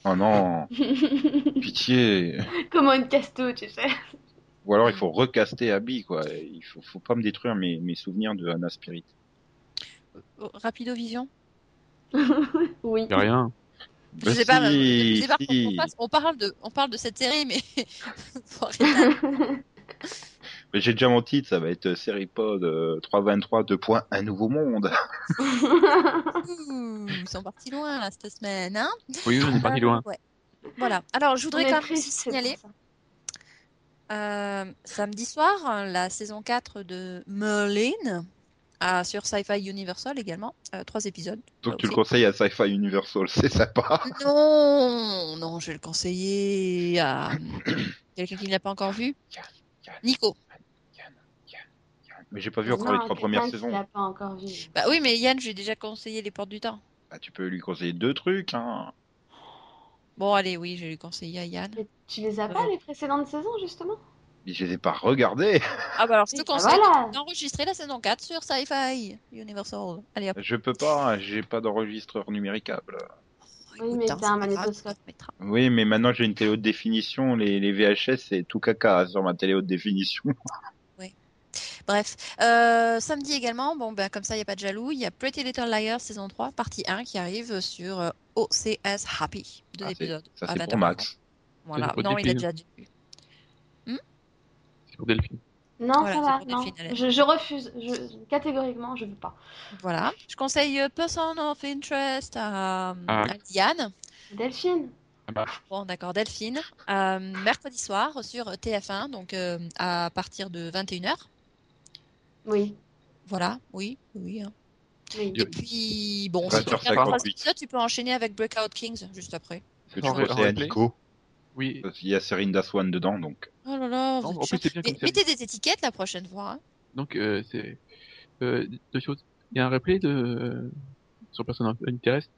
Oh non, pitié. Comment une casto, tu sais. Ou alors il faut recaster Abby, quoi. Il faut, faut pas me détruire mes, mes souvenirs de Anna Spirit. Oh, Rapido Vision. Oui. Y a rien. Je Bah sais pas, si, je sais pas si. pourquoi on, passe- on parle de, on parle de cette série, mais faut arrêter. Mais j'ai déjà mon titre, ça va être série pod euh, 323 2 points un nouveau monde. Ouh, ils sont partis loin là cette semaine, hein Oui, oui, on est parti loin. Ouais. Voilà. Alors, je On voudrais est quand même triste, aussi c'est pour signaler ça. euh, samedi soir la saison 4 de Merlin ah, sur Sci-Fi Universal également, euh, trois épisodes. Donc Ah, tu le ok. conseilles à Sci-Fi Universal, c'est sympa. Non, non, je vais le conseiller à quelqu'un qui ne l'a pas encore vu. Yann, Yann. Nico. Mais j'ai pas vu Non, encore les trois quelqu'un premières qui saisons. l'a pas encore vu. Bah oui, mais Yann, j'ai déjà conseillé Les Portes du Temps. Bah, tu peux lui conseiller deux trucs. Hein. Bon, allez, oui, je vais lui conseiller à Yann. Mais tu les as pas Ouais. les précédentes saisons justement Mais je les ai pas regardés. Ah bah alors, je te Ah, conseille Voilà d'enregistrer la saison 4 sur Sci-Fi Universal. Allez, hop. Je peux pas, hein, j'ai pas d'enregistreur numéricable. Oui, mais Écoute, hein, t'as c'est un pas grave, magnétoscope. on mettra. Oui, mais maintenant j'ai une télé haute hein, définition, les, les VHS c'est tout caca sur ma télé haute définition. Bref, Euh, samedi également, bon ben comme ça il n'y a pas de jaloux, il y a Pretty Little Liars saison 3 partie 1 qui arrive sur euh, OCS Happy, deux Ah, c'est- épisodes. Ça, à c'est 20 pour heures. Max. Voilà, C'est le pot non, de il a dépile. déjà dû. C'est pour Delphine. Non, Voilà, ça va, c'est pour non. défiler la lettre. Je, je refuse. Je- catégoriquement, je veux pas. Voilà. Je conseille euh, Person of Interest à, Ah. à Diane. Delphine Ah bah, Bon, d'accord, Delphine. Euh, mercredi soir sur TF1, donc euh, à partir de 21h. Oui. Voilà, oui, oui. hein. oui. Je- Et puis, bon, si tu 20h58. regardes trois épisodes, tu peux enchaîner avec Breakout Kings juste après. Ce que tu En re- en conseilles à replay Nico, oui. parce qu'il y a Serine Daswan dedans, donc. Oh là là, Non, vous en êtes plus, c'est bien chiants. comme Mais ça. Mettez des étiquettes la prochaine fois. hein. Donc, euh, c'est euh, deux choses. Il y a un replay de euh, sur Personne Interest.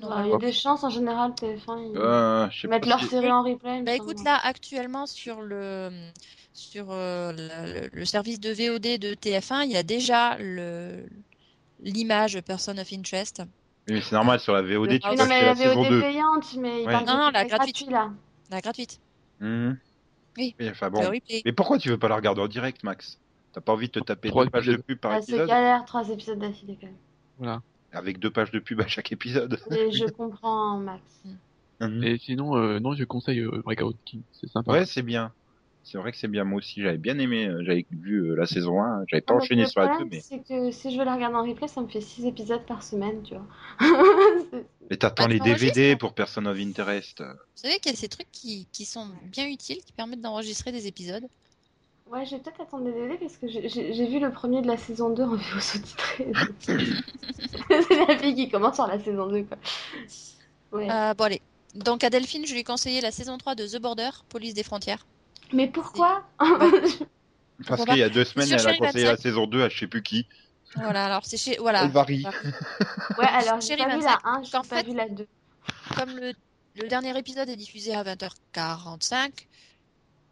Non. Bah, il y a des chances en général, TF1, ils Euh, je sais mettent pas leur si- série en replay. il me Bah semble. écoute, là, actuellement, sur le, sur, euh, la- le, le service de VOD de TF1, il y a déjà le, l'image Person of Interest. Oui, Mais c'est normal, sur la VOD, tu Ah, Oui, passes non, parce mais que la la VOD saison 2. payante, mais ils Ouais. parlent Non, de non, la trucs gratuite. gratuits, là. La gratuite. Mhm. Oui. Mais enfin Le bon. replay. Mais pourquoi tu veux pas la regarder en direct, Max T'as pas envie de te taper Trois deux pages de épisodes. pub par Ah, c'est épisode galère, trois épisodes d'affilée quand même. Voilà. Avec deux pages de pub à chaque épisode. Mais je comprends, Max. Mhm. Et sinon, euh, non, je conseille euh, Breakout King. C'est sympa. Ouais, c'est bien. C'est vrai que c'est bien. Moi aussi, j'avais bien aimé. euh, J'avais vu euh, la saison 1. J'avais pas Ah, enchaîné donc, sur la 2, problème, mais, C'est que si je veux la regarder en replay, ça me fait six épisodes par semaine, tu vois. C'est- mais t'attends Bah, les t'enregistres, DVD hein. pour Person of Interest. Vous savez qu'il y a ces trucs qui, qui sont bien utiles, qui permettent d'enregistrer des épisodes. Ouais, je vais peut-être attendre des DVD parce que j'ai- j'ai j'ai vu le premier de la saison 2 en VO sous-titré. c'est la fille qui commence par la saison 2, quoi. Ouais. Euh, bon, allez. Donc à Delphine, je lui conseillais la saison 3 de The Border, Police des frontières. Mais pourquoi Parce Faut qu'il y a deux semaines, Sur elle a Chérie conseillé la 25. saison 2 à je sais plus qui. Voilà, alors c'est chez... Voilà. Elle varie. Ouais, alors j'ai Chérie pas vu 25, la 1, j'ai qu'en pas fait- vu la 2. comme le, le dernier épisode est diffusé à 20h45,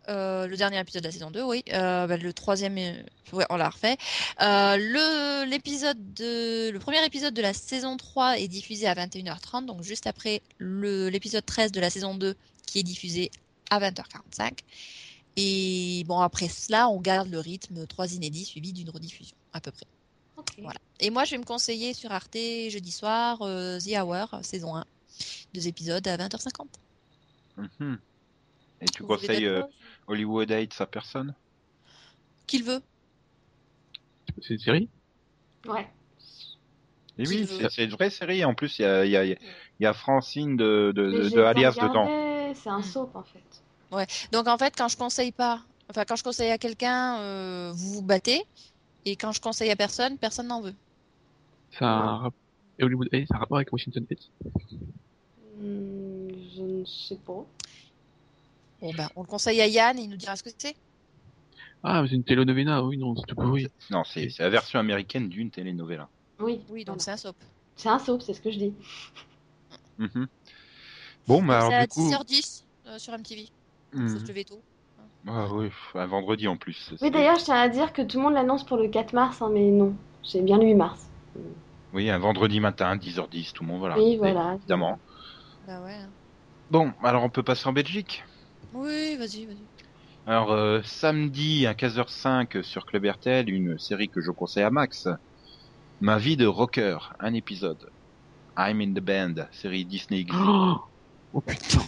euh, le dernier épisode de la saison 2, oui, euh, bah, le troisième, euh, ouais, on l'a refait. Euh, le, l'épisode de, le premier épisode de la saison 3 est diffusé à 21h30, donc juste après le, l'épisode 13 de la saison 2 qui est diffusé à 20h45. Et bon, après cela, on garde le rythme 3 inédits suivis d'une rediffusion, à peu près. Ok. Voilà. Et moi, je vais me conseiller sur Arte jeudi soir, euh, The Hour, saison 1. Deux épisodes à 20h50. Mhm. Et tu Vous voulez conseilles d'autres euh, choses Hollywood Heights à personne Qu'il veut. C'est une série. Ouais. Et Qui Eh oui, veut c'est- c'est une vraie série. En plus, il y a, il y a- il y a Francine de, de, Mais de, j'ai de pas Alias regardé, dedans. C'est un soap en fait. Donc, en fait, quand je conseille pas, enfin, quand je conseille à quelqu'un, euh, vous vous battez. Et quand je conseille à personne, personne n'en veut. Ça a un rap- Et Hollywood Heights, ça a un rapport avec Washington Heights. Hmm, je ne sais pas. Bon, ben, on le conseille à Yann, il nous dira ce que c'est. Ah, mais c'est une telenovela. Oui, non, c'est tout pourri. Non, c'est c'est la version américaine d'une hein. telenovela. Oui. Oui, donc c'est un soap. voilà. c'est un soap, c'est ce que je dis. Mhm. Bon, bah c'est alors à du coup. hmm. 10h10 euh, sur MTV. Faut se lever tôt. Ah oui, un vendredi en plus. Oui, d'ailleurs, je tiens à dire que tout le monde l'annonce pour le 4 mars, hein, mais non. C'est bien le 8 mars. Oui, un vendredi matin, 10h10, tout le monde va la oui, regarder, voilà. Ah, Évidemment. Bah ouais. Bon, alors on peut passer en Belgique. Oui, vas-y, vas-y. Alors, euh, samedi à 15h05 sur Club RTL, une série que je conseille à Max. Ma vie de rocker, un épisode. I'm in the band, série Disney X. Oh, oh putain.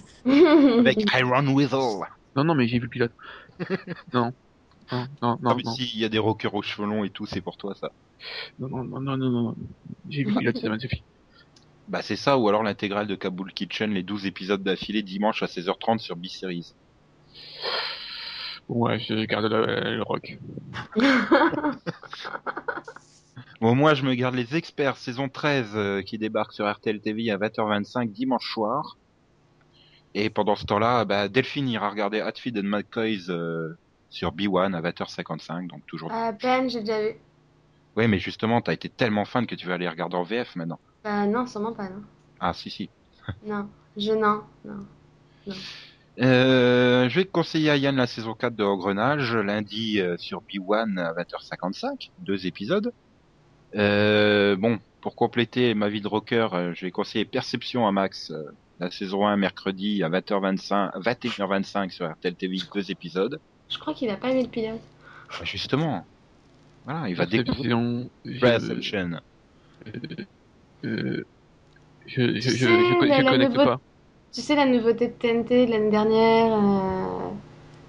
Avec Iron Weasel. Non, non, mais j'ai vu le pilote. non. Non, non, Non, non, mais non. s'il y a des rockers aux cheveux longs et tout, c'est pour toi ça. non, non, non, non, non, non. J'ai vu le pilote, ça m'a suffi. Bah c'est ça, ou alors l'intégrale de Kaboul Kitchen, les 12 épisodes d'affilée dimanche à 16h30 sur B-Series. Bon, ouais, je garde le, le rock. Bon, moi, je me garde les experts saison 13 euh, qui débarque sur RTL TV à 20h25 dimanche soir. Et pendant ce temps-là, bah, Delphine ira regarder Hatfield and McCoy's euh, sur B1 à 20h55, donc toujours. à peine, j'ai déjà vu. Ouais, mais justement, t'as été tellement fan que tu vas aller regarder en VF maintenant. Bah non, sûrement pas, non. Ah, si, si. Non, je non, non. Euh, je vais te conseiller à Yann la saison 4 de Engrenage, lundi euh, sur B1 à 20h55, deux épisodes. Euh, bon, pour compléter ma vie de rocker, euh, je vais conseiller Perception à Max, euh, la saison 1 mercredi à 20h25, 21h25 sur RTL TV, deux épisodes. Je crois qu'il a pas aimé le pilote. Bah, justement, Voilà, il va C'est- découvrir c'est- on- je- Ascension. euh, Je je- je- sais, je- je- la- je la connecte nouveau- pas. Tu sais, la nouveauté de TNT de l'année dernière, euh,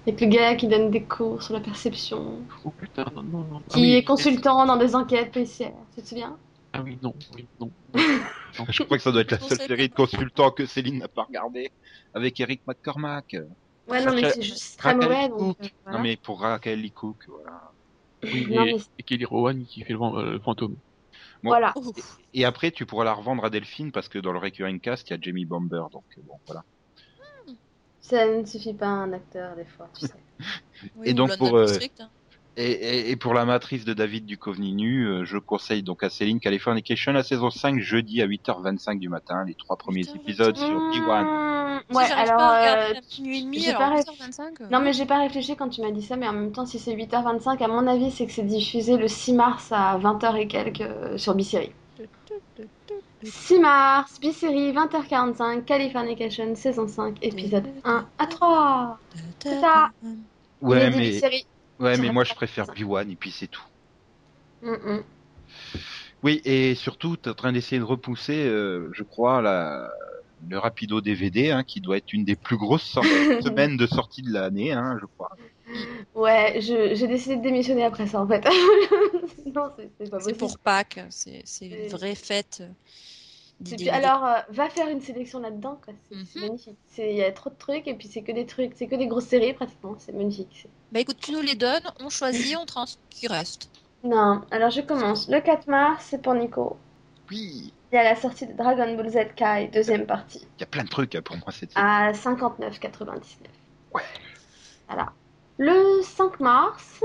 avec le gars qui donne des cours sur la perception, Oh putain, non, non, non. Ah qui oui, est consultant dans des enquêtes policières, tu te souviens Ah oui, non, oui, non. Je crois que ça doit être la On seule sait série de consultants que Céline n'a pas regardée avec Eric McCormack. Ouais, non, mais Rachel- c'est juste très Rachel mauvais, Cook. donc euh, voilà. Non mais pour Raquel Lee Cook, voilà. Oui, Non, et, mais- et Kelly Rowan qui fait le, van- euh, le fantôme. Bon. Voilà. Ouh. Et après, tu pourras la revendre à Delphine parce que dans le recurring cast, il y a Jamie Bomber, donc euh, bon, voilà. Ça ne suffit pas à un acteur, des fois, tu sais. Oui, Et ou donc, Blonde pour, dans le euh, district, hein. Et, et, et pour la matrice de David Duchovny-Nu, euh, je conseille donc à Céline Californication la saison 5 jeudi à 8h25 du matin, les trois premiers 8h25. épisodes sur D1. Mmh, Si ouais, j'arrive alors. pas à euh, regarder la petite nuit et demie, j'ai alors pas réf- 11h25, euh, Non, mais j'ai pas réfléchi quand tu m'as dit ça, mais en même temps, si c'est 8h25, à mon avis, c'est que c'est diffusé le 6 mars à 20h et quelques euh, sur B-Série. 6 mars, B-Série, 20h45, Californication, saison 5, épisode 1 à 3. C'est ça. Ouais, Les mais, B-Série. ouais, ça mais va moi pas je préfère B1 et puis c'est tout. Mm, mm. Oui, et surtout, t'es en train d'essayer de repousser, euh, je crois, la... le Rapido DVD, hein, qui doit être une des plus grosses sor- semaines de sortie de l'année, hein, je crois. Ouais, je- j'ai décidé de démissionner après ça, en fait. non, c'est C'est c'est pas possible. pour Pâques, c'est c'est une Et- vraie fête. C'est- d'idées. Alors, euh, va faire une sélection là-dedans, quoi. C'est c'est Mhm. magnifique. C'est- Il y a trop de trucs, et puis c'est que des trucs, c'est que des grosses séries, pratiquement. C'est magnifique. c'est- Bah écoute, tu nous les donnes, on choisit, on trans qui reste. Non, alors je commence. Le 4 mars, c'est pour Nico. Oui, Il y a la sortie de Dragon Ball Z Kai, deuxième partie, il y a plein de trucs hein, pour moi cette semaine. à 59,99. Ouais. Voilà. Le 5 mars,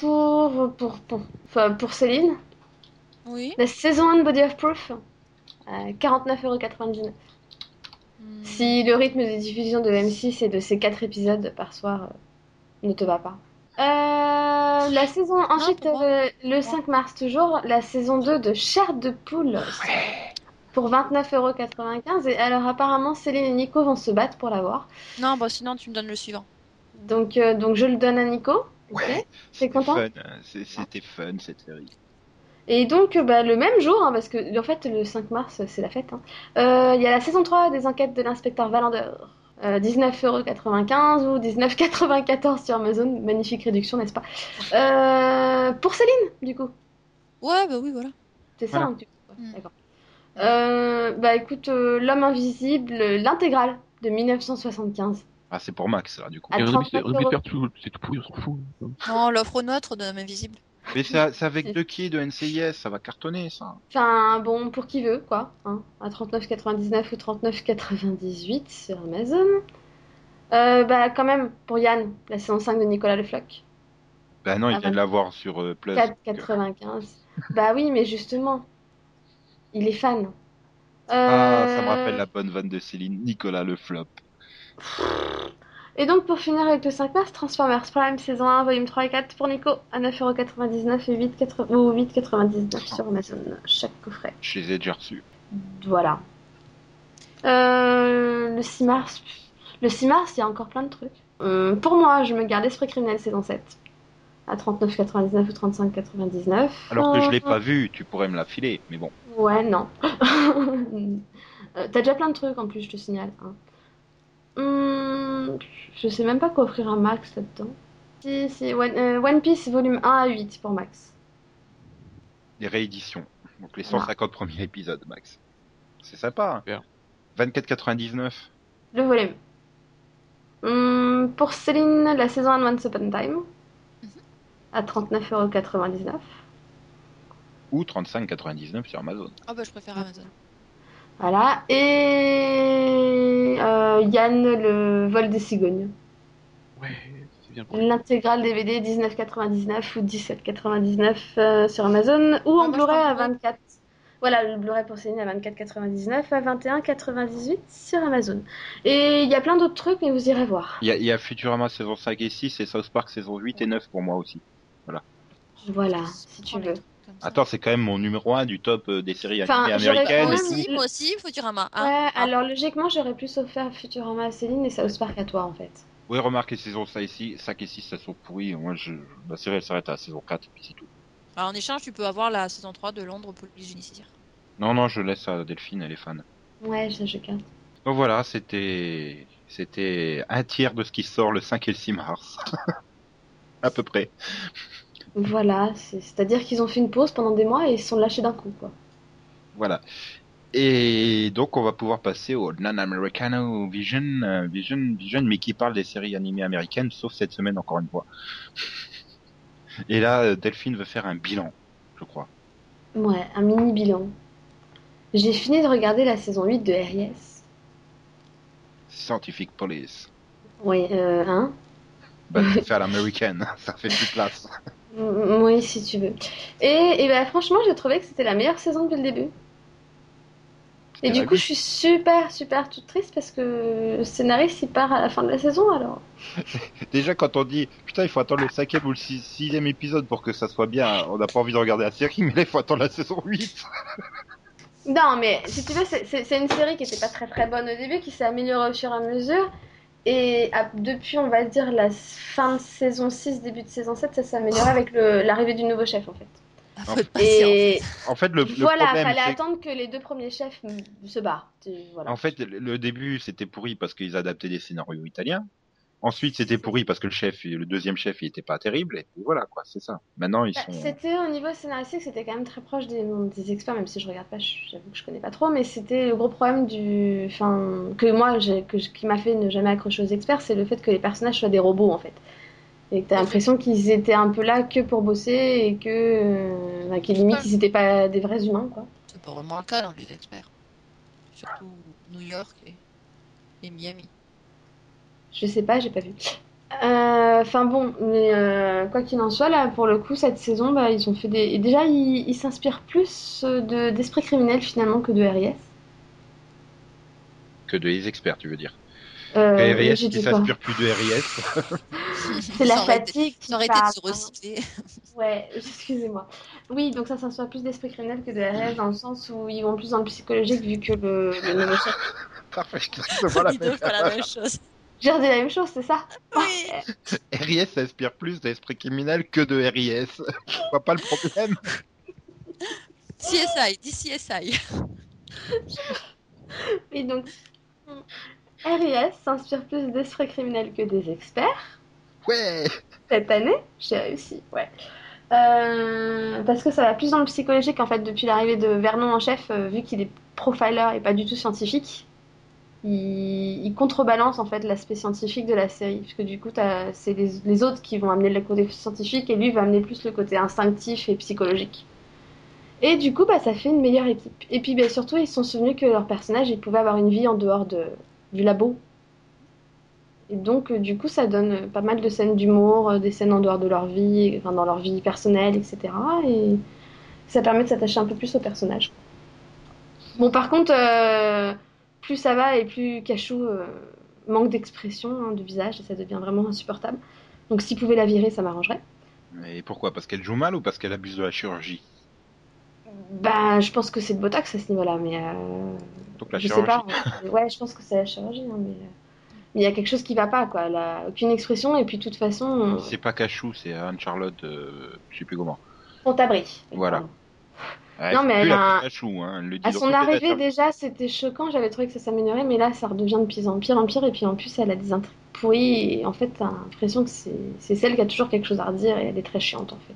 pour, pour, pour, enfin, pour Céline, Oui. la saison 1 de Body of Proof, euh, 49,99€. Hmm. Si le rythme de diffusion de M6 et de ces 4 épisodes par soir euh, ne te va pas. Euh, la saison, ensuite, pour moi. euh, le 5 mars toujours, la saison 2 de Chair de Poule pour 29,95€. Et alors, apparemment, Céline et Nico vont se battre pour l'avoir. Non, bah sinon tu me donnes le suivant. Donc, euh, donc, je le donne à Nico. Ouais. T'es content Fun, hein, c'est- C'était fun cette série. Et donc, euh, bah, le même jour, hein, parce que en fait, le 5 mars, c'est la fête, hein, euh, il y a la saison 3 des enquêtes de l'inspecteur Valander. Euh, 19,95€ ou 19,94€ sur Amazon. Magnifique réduction, n'est-ce pas Euh, Pour Céline, du coup. Ouais, bah oui, voilà. C'est ça, Voilà. hein, que tu- ouais, Mm. D'accord. Euh, bah écoute, euh, L'homme invisible, euh, l'intégrale de 1975. Ah, c'est pour Max, là, du coup. À Et on a obligé- 39 on a obligé de euros. faire tout, c'est tout pourri, on s'en fout. hein. Non, l'offre euh, au nôtre de Homme Invisible. Mais ça- c'est avec C'est- Ducky de NCIS, ça va cartonner, ça. Enfin, bon, pour qui veut, quoi. hein, à 39,99 ou 39,98 sur Amazon. Euh, bah, quand même, pour Yann, la saison 5 de Nicolas Le Floch. Bah non, il Ah, vient de bah. l'avoir sur euh, Plus. 4,95. bah oui, mais justement, il est fan. Euh, Ah, ça me rappelle la bonne vanne de Céline, Nicolas le flop. Et donc, pour finir avec le 5 mars, Transformers Prime, saison 1, volume 3 et 4 pour Nico, à 9,99€ et 8,80 ou 8,99 sur Amazon, chaque coffret. Je les ai déjà reçus. Voilà. Euh, le 6 mars. Le 6 mars, il y a encore plein de trucs. Euh, pour moi, je me garde Esprit criminel saison 7 à 39,99 ou 35,99. Alors que je l'ai Euh, pas vu, tu pourrais me la filer, mais bon. Ouais, non. Euh, T'as déjà plein de trucs en plus, je te signale. hein. Hum, je sais même pas quoi offrir à Max là-dedans. Si, si, One, euh, One Piece volume 1 à 8 pour Max. Les rééditions. Donc les Voilà. 150 premiers épisodes, Max. C'est sympa. hein. Super. 24,99. Le volume. Hum, pour Céline, la saison 1 Once Upon a Mhm. Time. À 39,99€. Ou 35,99 sur Amazon. Ah bah je préfère Amazon. Voilà. Et euh, Yann, le vol des cigognes. Ouais, c'est bien pour L'intégrale DVD 19,99 ou 17,99 euh, sur Amazon. Ou en Ah, moi, je Blu-ray prends à le 24. Voilà, le Blu-ray pour Céline à 24,99 à 21,98 sur Amazon. Et il y a plein d'autres trucs, mais vous irez voir. Il y, a- il y a Futurama saison 5 et 6 et South Park saison 8 et 9 pour moi aussi. Voilà, Je si tu prends les veux. trucs comme ça. Attends, c'est quand même mon numéro 1 du top euh, des séries Enfin, animées j'aurais- américaines. moi ouais, et aussi, mais- moi aussi, Futurama. Ah, Ouais, alors logiquement, j'aurais plus offert Futurama à Céline et South Park à toi en fait. Oui, remarquez, saison 5 et 6, 5 et 6 ça sont pourries. Moi, je... la série, elle s'arrête à la saison 4, et puis c'est tout. Alors, en échange, tu peux avoir la saison 3 de Londres Police Judiciaire. Non, non, je laisse à Delphine, elle est fan. Ouais, ça, je garde. Donc voilà, c'était c'était un tiers de ce qui sort le 5 et le 6 mars. à peu près. Voilà, c'est- c'est-à-dire qu'ils ont fait une pause pendant des mois et ils se sont lâchés d'un coup, quoi. Voilà. Et donc on va pouvoir passer au Non-Americano Vision, euh, Vision, Vision, mais qui parle des séries animées américaines, sauf cette semaine encore une fois. Et là, euh, Delphine veut faire un bilan, je crois. Ouais, un mini bilan. J'ai fini de regarder la saison 8 de RIS. Scientific Police. Oui, euh, hein Bah, je vais faire l'américaine, ça fait plus place. Mm, Oui, si tu veux. Et, et ben, franchement, j'ai trouvé que c'était la meilleure saison depuis le début. Et C'est du la coup, je suis super, super toute triste parce que le scénariste, il part à la fin de la saison, alors. Déjà, quand on dit, putain, il faut attendre le cinquième ou le six- sixième épisode pour que ça soit bien, on n'a pas envie de regarder la série, mais là, il faut attendre la saison 8. Non, mais si tu veux, c'est- c'est c'est une série qui n'était pas très très bonne au début, qui s'est améliorée au fur et à mesure. Et à- depuis, on va dire, la fin de saison 6, début de saison 7, ça s'est amélioré avec le- l'arrivée du nouveau chef, en fait. Ah, Non. faut être patient. Et En fait, le, le voilà, problème, fallait c'est attendre que les deux premiers chefs mm, se barrent. Tu- Voilà. En fait, le- le début, c'était pourri parce qu'ils adaptaient des scénarios italiens. Ensuite, c'était pourri parce que le chef, le deuxième chef, il était pas terrible. Et puis voilà, quoi, c'est ça. Maintenant, ils Bah, sont. C'était au niveau scénaristique, c'était quand même très proche des, des experts, même si je regarde pas, je- j'avoue que je connais pas trop, mais c'était le gros problème du, enfin, que moi, j'ai- que je- qui m'a fait ne jamais accrocher aux experts, c'est le fait que les personnages soient des robots en fait, et que t'as l'impression qu'ils étaient un peu là que pour bosser et que, euh, bah, qu'ils limite, ils étaient pas des vrais humains quoi. C'est pas vraiment le cas dans les experts. Surtout New York et, et Miami. Je sais pas, j'ai pas vu. Euh, Enfin bon, mais euh, quoi qu'il en soit, là, pour le coup, cette saison, bah, ils ont fait des. Et déjà, ils ils s'inspirent plus euh, de- d'esprit criminel finalement que de RIS. Que des experts, tu veux dire. Euh, RIS j'ai qui dit quoi s'inspire plus de RIS. C'est la Ça aurait été- fatigue. qui Ça aurait été de parle. se recycler. Ouais, excusez-moi. Oui, donc ça, ça soit plus d'esprit criminel que de RS dans le sens où ils vont plus dans le psychologique vu que le, le nouveau chef. Parfait, je trouve pas la Dis donc, même. pas la même chose. J'ai redit la même chose, c'est ça Oui. RIS s'inspire plus d'esprit criminel que de RIS. Je vois pas le problème. CSI, dis CSI. Et donc, RIS s'inspire plus d'esprit criminel que des experts. Ouais. Cette année, j'ai réussi, ouais. Euh, parce que ça va plus dans le psychologique en fait depuis l'arrivée de Vernon en chef, euh, vu qu'il est profiler et pas du tout scientifique, il, il contrebalance en fait l'aspect scientifique de la série, puisque du coup t'as- c'est les, les autres qui vont amener le côté scientifique et lui va amener plus le côté instinctif et psychologique. Et du coup bah ça fait une meilleure équipe. Et puis bah, surtout ils se sont souvenus que leur personnage il pouvait avoir une vie en dehors de, du labo. Et donc euh, du coup ça donne euh, pas mal de scènes d'humour, euh, des scènes en dehors de leur vie, enfin dans leur vie personnelle, etc. Et ça permet de s'attacher un peu plus au personnage. Bon, par contre, euh, plus ça va et plus Cachou euh, manque d'expression hein, de visage et ça devient vraiment insupportable. Donc, s'ils pouvaient la virer, ça m'arrangerait. Et pourquoi Parce qu'elle joue mal ou parce qu'elle abuse de la chirurgie Bah, je pense que c'est de Botox à ce niveau-là, mais. euh, Donc la je sais chirurgie. pas. ouais. Ouais, je pense que c'est la chirurgie, hein, mais. euh, mais il y a quelque chose qui va pas, quoi. Elle a aucune expression et puis, de toute façon, euh, C'est pas Cachou, c'est Anne-Charlotte, euh, je sais plus comment. on t'abrie. Voilà. Ouais, Non, c'est mais plus elle la a un- petite Cachou, hein. Elle le dit À dans son toutes les arrivée, interviews. déjà, c'était choquant. J'avais trouvé que ça s'améliorait, mais là, ça redevient de pire en pire en pire. Et puis en plus, elle a des intrigues pourries. Et en fait, t'as l'impression que c'est c'est celle qui a toujours quelque chose à redire. Et elle est très chiante, en fait.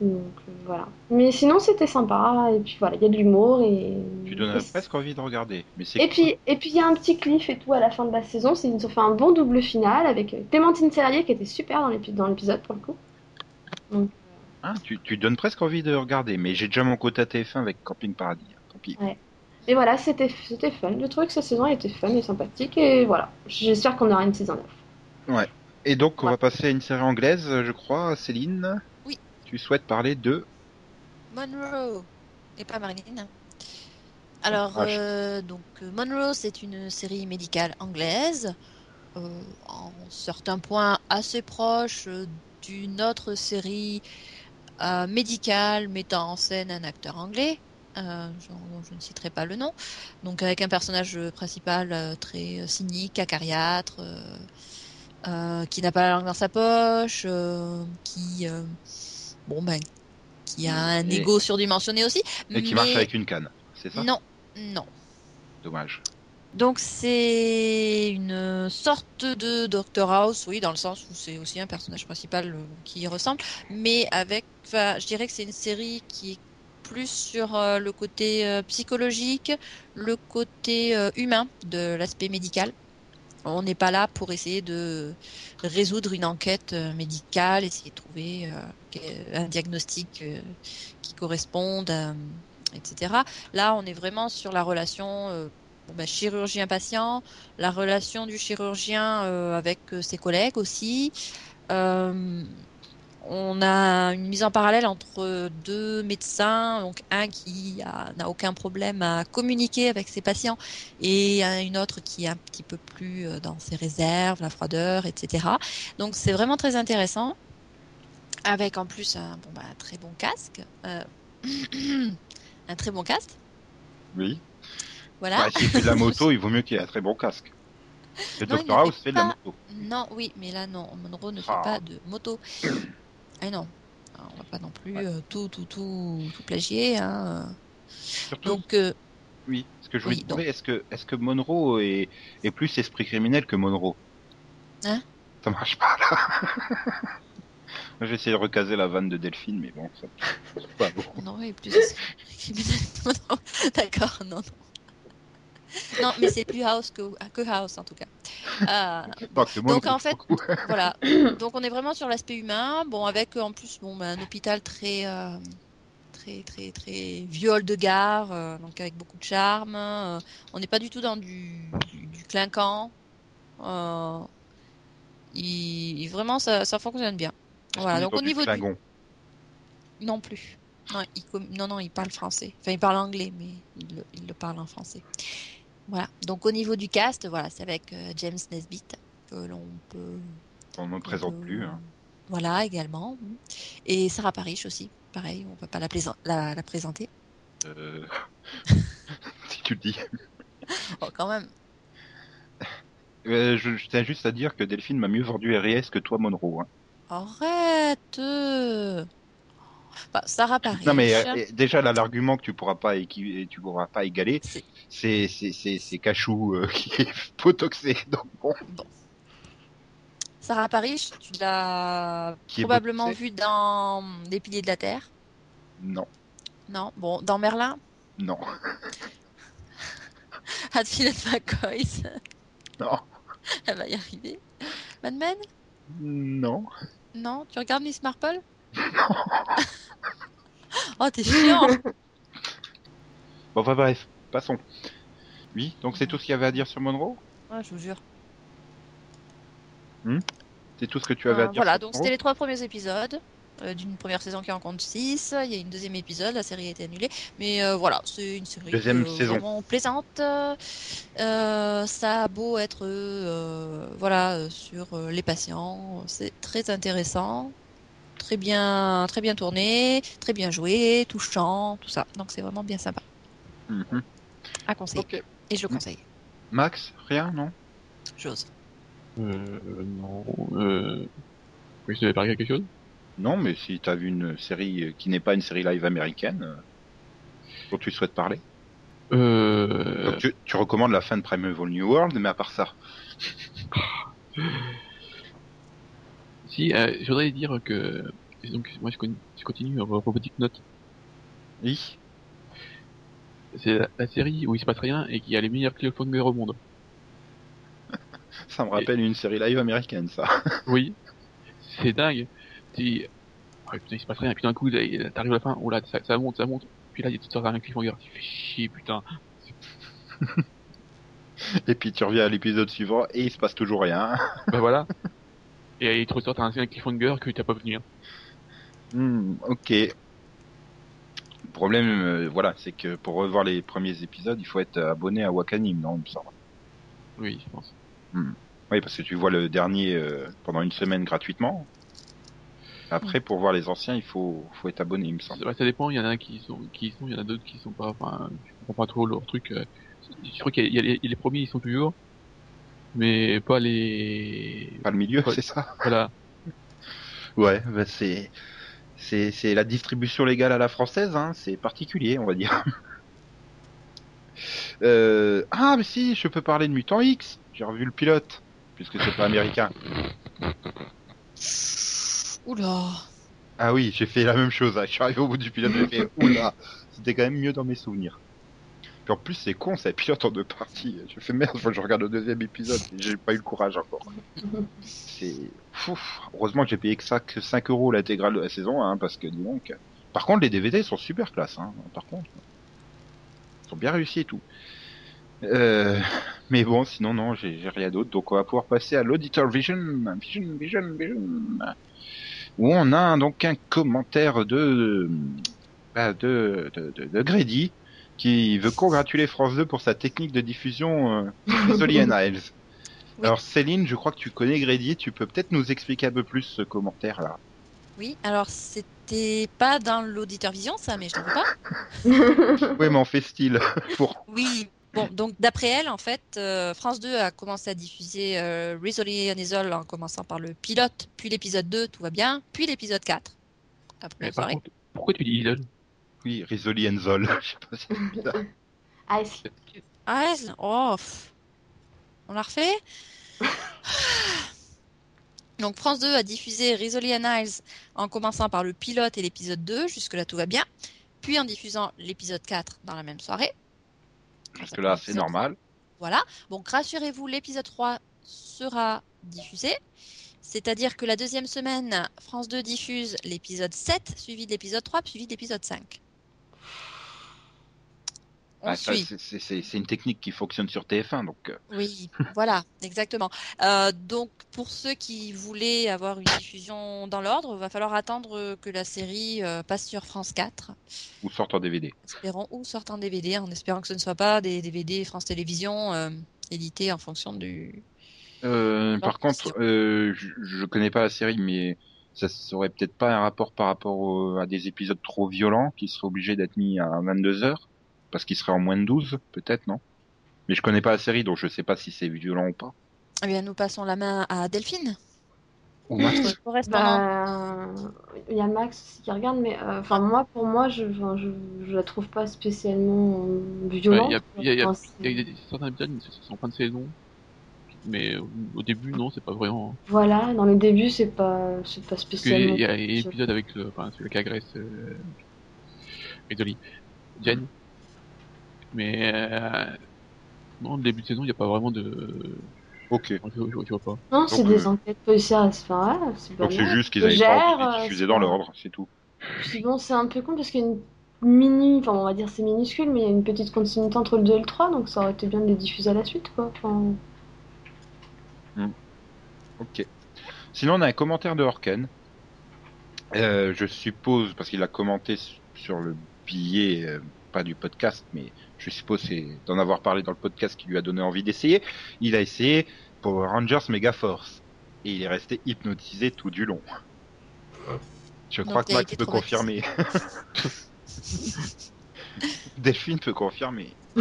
Donc euh, voilà. Mais sinon, c'était sympa. Et puis voilà, il y a de l'humour. Et... Tu donnes et c'est- presque envie de regarder. Mais c'est et puis, et puis il y a un petit cliff et tout à la fin de la saison. C'est ils ont fait un bon double final avec euh, Clémentine Serralier qui était super dans l'épi- dans l'épisode pour le coup. Ah, tu, tu donnes presque envie de regarder, mais j'ai déjà mon quota TF1 avec Camping Paradis. hein, Tant pis. Mais voilà, c'était c'était fun. Je trouvais que cette saison elle était fun et sympathique. Et voilà, j'espère qu'on aura une saison 9. Et donc, on Ouais. va passer à une série anglaise, je crois, Céline. Oui. Tu souhaites parler de. Monroe et pas Marilyn. Alors, Ah, je- euh, donc euh, Monroe, c'est une série médicale anglaise, euh, en certains points assez proche euh, d'une autre série euh, médicale mettant en scène un acteur anglais, euh, je, dont je ne citerai pas le nom, donc avec un personnage principal euh, très euh, cynique, acariâtre, euh, euh, qui n'a pas la langue dans sa poche, euh, qui euh, bon ben qui a un Mm. Et- ego surdimensionné aussi, Et qui mais- marche avec une canne, c'est ça non, non. Dommage. Donc c'est une sorte de Doctor House, oui, dans le sens où c'est aussi un personnage principal euh, qui y ressemble, mais avec, enfin, je dirais que c'est une série qui est plus sur euh, le côté euh, psychologique, le côté euh, humain de l'aspect médical. On n'est pas là pour essayer de résoudre une enquête euh, médicale, essayer de trouver euh, que- un diagnostic euh, qui corresponde, euh, etc. Là, on est vraiment sur la relation euh, bon, ben, chirurgien-patient, la relation du chirurgien euh, avec euh, ses collègues aussi. Euh, on a une mise en parallèle entre euh, deux médecins, donc un qui a- n'a aucun problème à communiquer avec ses patients et un- une autre qui est un petit peu plus euh, dans ses réserves, la froideur, etc. Donc c'est vraiment très intéressant, avec en plus un, bon, ben, un très bon casque, euh, un très bon casque, Oui. voilà. Bah, S'il fait de la moto, il vaut mieux qu'il ait un très bon casque. Le Non, Dr il ne House fait fait de la pas. moto. Non, oui, mais là, non, Monroe ne fait Ah. pas de moto. Ah non, on va pas non plus euh, tout, tout, tout, tout plagier. hein. Surtout, Donc, euh, oui. Ce que je voulais Oui, te demander, est-ce que, est-ce que Monroe est, est plus esprit criminel que Monroe Hein Ça marche pas là. Moi, J'ai essayé de recaser la vanne de Delphine, mais bon, ça c'est pas bon. Monroe est plus criminel que Monroe. D'accord, non, non. Non, mais c'est plus House que, que House, en tout cas. Euh, Tant que Monroe, en fait- beaucoup. voilà. Donc on est vraiment sur l'aspect humain, bon avec euh, en plus bon ben, un hôpital très euh, très très très viol de gare, euh, donc avec beaucoup de charme. euh, on n'est pas du tout dans du, du, du clinquant. euh, il, il- vraiment ça, ça fonctionne bien. Est-ce Voilà. qu'on est Donc dans au du niveau du Klingon non plus. Non, il, com- non, non, il parle français. Enfin, il parle anglais, mais il le, il le parle en français. Voilà. Donc au niveau du cast, voilà, c'est avec euh, James Nesbitt que l'on peut on ne présente euh, plus. hein. Voilà, également. mmh. Et Sarah Parish aussi, pareil, on ne peut pas la, plaisa- la, la présenter. Euh, si tu le dis. Oh, quand même. Euh, je, je tiens juste à dire que Delphine m'a mieux vendu RIS que toi, Monroe. hein. Arrête euh. Enfin, Sarah Parish. Non mais euh, euh, déjà là l'argument que tu pourras pas équi- et tu pourras pas égaler, C'est- c'est c'est c'est c'est Cachou euh, qui est potoxé donc bon Sarah Parish, tu l'as Qui est probablement boxée. vue dans Les Piliers de la Terre. non Non, bon, dans Merlin, non Hatfield and McCoy, ça, non elle va y arriver. Mad Men non Non, tu regardes Miss Marple Oh, t'es chiant bon enfin bref passons oui donc c'est tout ce qu'il y avait à dire sur Monroe Ouais, Je vous jure. c'est tout ce que tu avais à Euh, dire voilà, sur donc Monroe c'était les trois premiers épisodes euh, d'une première saison qui en compte 6. Il y a une deuxième épisode, la série a été annulée. Mais euh, voilà, c'est une série Deuxième euh, saison. vraiment plaisante. Euh, ça a beau être euh, voilà, euh, sur euh, les patients, c'est très intéressant. Très bien, très bien tourné, très bien joué, touchant, tout ça. Donc c'est vraiment bien sympa Mhm. à conseiller. ok Et je le conseille, Max rien non j'ose. Mm. Euh, non. Euh... Oui, je devais parler à quelque chose non mais si t'as vu une série euh, qui n'est pas une série live américaine euh, dont tu souhaites parler euh... donc tu, tu recommandes la fin de Primeval New World mais à part ça Si, euh, je voudrais dire que... Donc, moi, je, con- je continue euh, Robotic Note. oui C'est la, la série où il se passe rien et qui a les meilleurs cliffhangers au monde. ça me rappelle une série live américaine ça Oui. C'est dingue. Tu... Ah, putain, il se passe rien. Puis d'un coup, là, il- t'arrives à la fin. Oh là, ça, ça monte, ça monte. Puis là, il y a tout ça un cliffhanger. Tu fais chier, putain. Et puis tu reviens à l'épisode suivant et il se passe toujours rien. bah voilà. Et il te ressort un cliffhanger que t'as pas venu. hein. Hmm, ok. Le problème, euh, voilà, c'est que pour revoir les premiers épisodes, il faut être euh, abonné à Wakanim, non il me semble. Oui, je pense. Oui, parce que tu vois le dernier euh, pendant une semaine gratuitement. Après, pour voir les anciens, il faut, faut être abonné, il me semble. Bah, ça dépend, il y en a qui sont, qui sont, il y en a d'autres qui sont pas, enfin, je comprends pas trop leur truc. euh. Je crois qu'il y a, il y a les, les premiers, ils sont toujours. mais pas les. Pas le milieu, Ouais. c'est ça Voilà. Ouais, bah c'est. C'est c'est la distribution légale à la française, hein, c'est particulier, on va dire. Euh, ah, mais si, je peux parler de Mutant X, j'ai revu le pilote, puisque c'est pas américain. Oula. Ah oui, j'ai fait la même chose. hein. Je suis arrivé au bout du pilote, j'ai fait oula, c'était quand même mieux dans mes souvenirs. Puis en plus, c'est con, ça pilote en deux parties. Je fais merde, faut que je regarde le deuxième épisode. J'ai pas eu le courage encore. C'est fouf. Heureusement que j'ai payé que ça, que 5 euros l'intégrale de la saison, hein, parce que dis donc. Par contre, les DVD sont super classe, hein. Par contre, ils sont bien réussis et tout. Euh, mais bon, sinon non, j'ai j'ai rien d'autre. Donc on va pouvoir passer à l'auditor vision, vision, vision, vision où on a donc un commentaire de bah, de, de, de, de Grady qui veut congratuler France 2 pour sa technique de diffusion euh, Rizzoli and Isles. Oui. Alors Céline, je crois que tu connais Grady, tu peux peut-être nous expliquer un peu plus ce commentaire là. Oui, alors c'était pas dans l'auditeur vision ça, mais je ne sais pas. Oui, mais en fait style pour Oui. Bon, donc d'après elle, en fait, euh, France 2 a commencé à diffuser euh, Rizzoli and Isle en commençant par le pilote, puis l'épisode 2, tout va bien, puis l'épisode 4. Après, Mais on par s'arrête. contre, pourquoi tu dis Isol oui, Rizzoli and Zol. Je sais pas si- Ice. Ah, elle- oh, pff. on la refait Donc France 2 a diffusé Rizzoli and Isles en commençant par le pilote et l'épisode 2, jusque-là tout va bien, puis en diffusant l'épisode 4 dans la même soirée. Parce que là, c'est normal. Voilà. Donc rassurez-vous, l'épisode 3 sera diffusé. C'est-à-dire que la deuxième semaine, France 2 diffuse l'épisode 7, suivi de l'épisode 3, puis suivi de l'épisode 5. On Ah, ça, suit. c'est- c'est c'est- c'est une technique qui fonctionne sur TF1 donc euh, Oui, voilà, exactement. Euh, donc, pour ceux qui voulaient avoir une diffusion dans l'ordre, va falloir attendre euh, que la série euh, passe sur France 4, ou sorte en DVD. espérant ou sorte en DVD, en espérant que ce ne soit pas des DVD France Télévisions euh, édités en fonction du. Euh, par Bon, contre, euh, je, je connais pas la série, mais ça serait peut-être pas un rapport par rapport au- à des épisodes trop violents qui seraient obligés d'être mis à 22 heures parce qu'ils seraient en moins de 12, peut-être, non Mais je connais pas la série, donc je sais pas si c'est violent ou pas. Eh bien, nous passons la main à Delphine, Ou notre Max correspondante. Bah, il y a Max aussi qui regarde, mais euh, enfin moi, pour moi, je, enfin, je, je la trouve pas spécialement euh, violente. Ouais, il y a- il y a- Enfin, Il y a, il y c'est- a des- certains épisodes qui sont en fin de saison, mais au, au début, non, c'est pas vraiment. Voilà, dans les débuts, c'est pas, c'est pas Parce qu'il spécialement. y a un épisode avec le, enfin, celui qui agresse euh, Rizzoli, Jen. Mais euh, non, le début de saison, il n'y a pas vraiment de. Ok. Je, je, je vois pas. Non, c'est Donc, des euh, enquêtes policières, c'est pas voilà, c'est pas Donc c'est mal. juste qu'ils Je avaient pas gère, envie de euh, diffuser c'est dans pas- l'ordre, c'est tout. Puis bon, c'est un peu con parce qu'il y a une mini, enfin on va dire c'est minuscule, mais il y a une petite continuité entre le 2 et le 3, donc ça aurait été bien de les diffuser à la suite, quoi. Enfin, Ok. Sinon, on a un commentaire de Horken. Euh, je suppose, parce qu'il a commenté s- sur le billet, euh, pas du podcast, mais je suppose c'est d'en avoir parlé dans le podcast qui lui a donné envie d'essayer. Il a essayé Power Rangers Mega Force. Et il est resté hypnotisé tout du long. Je Donc, crois que il a Max été peut traumatisé. confirmer. Delphine peut confirmer.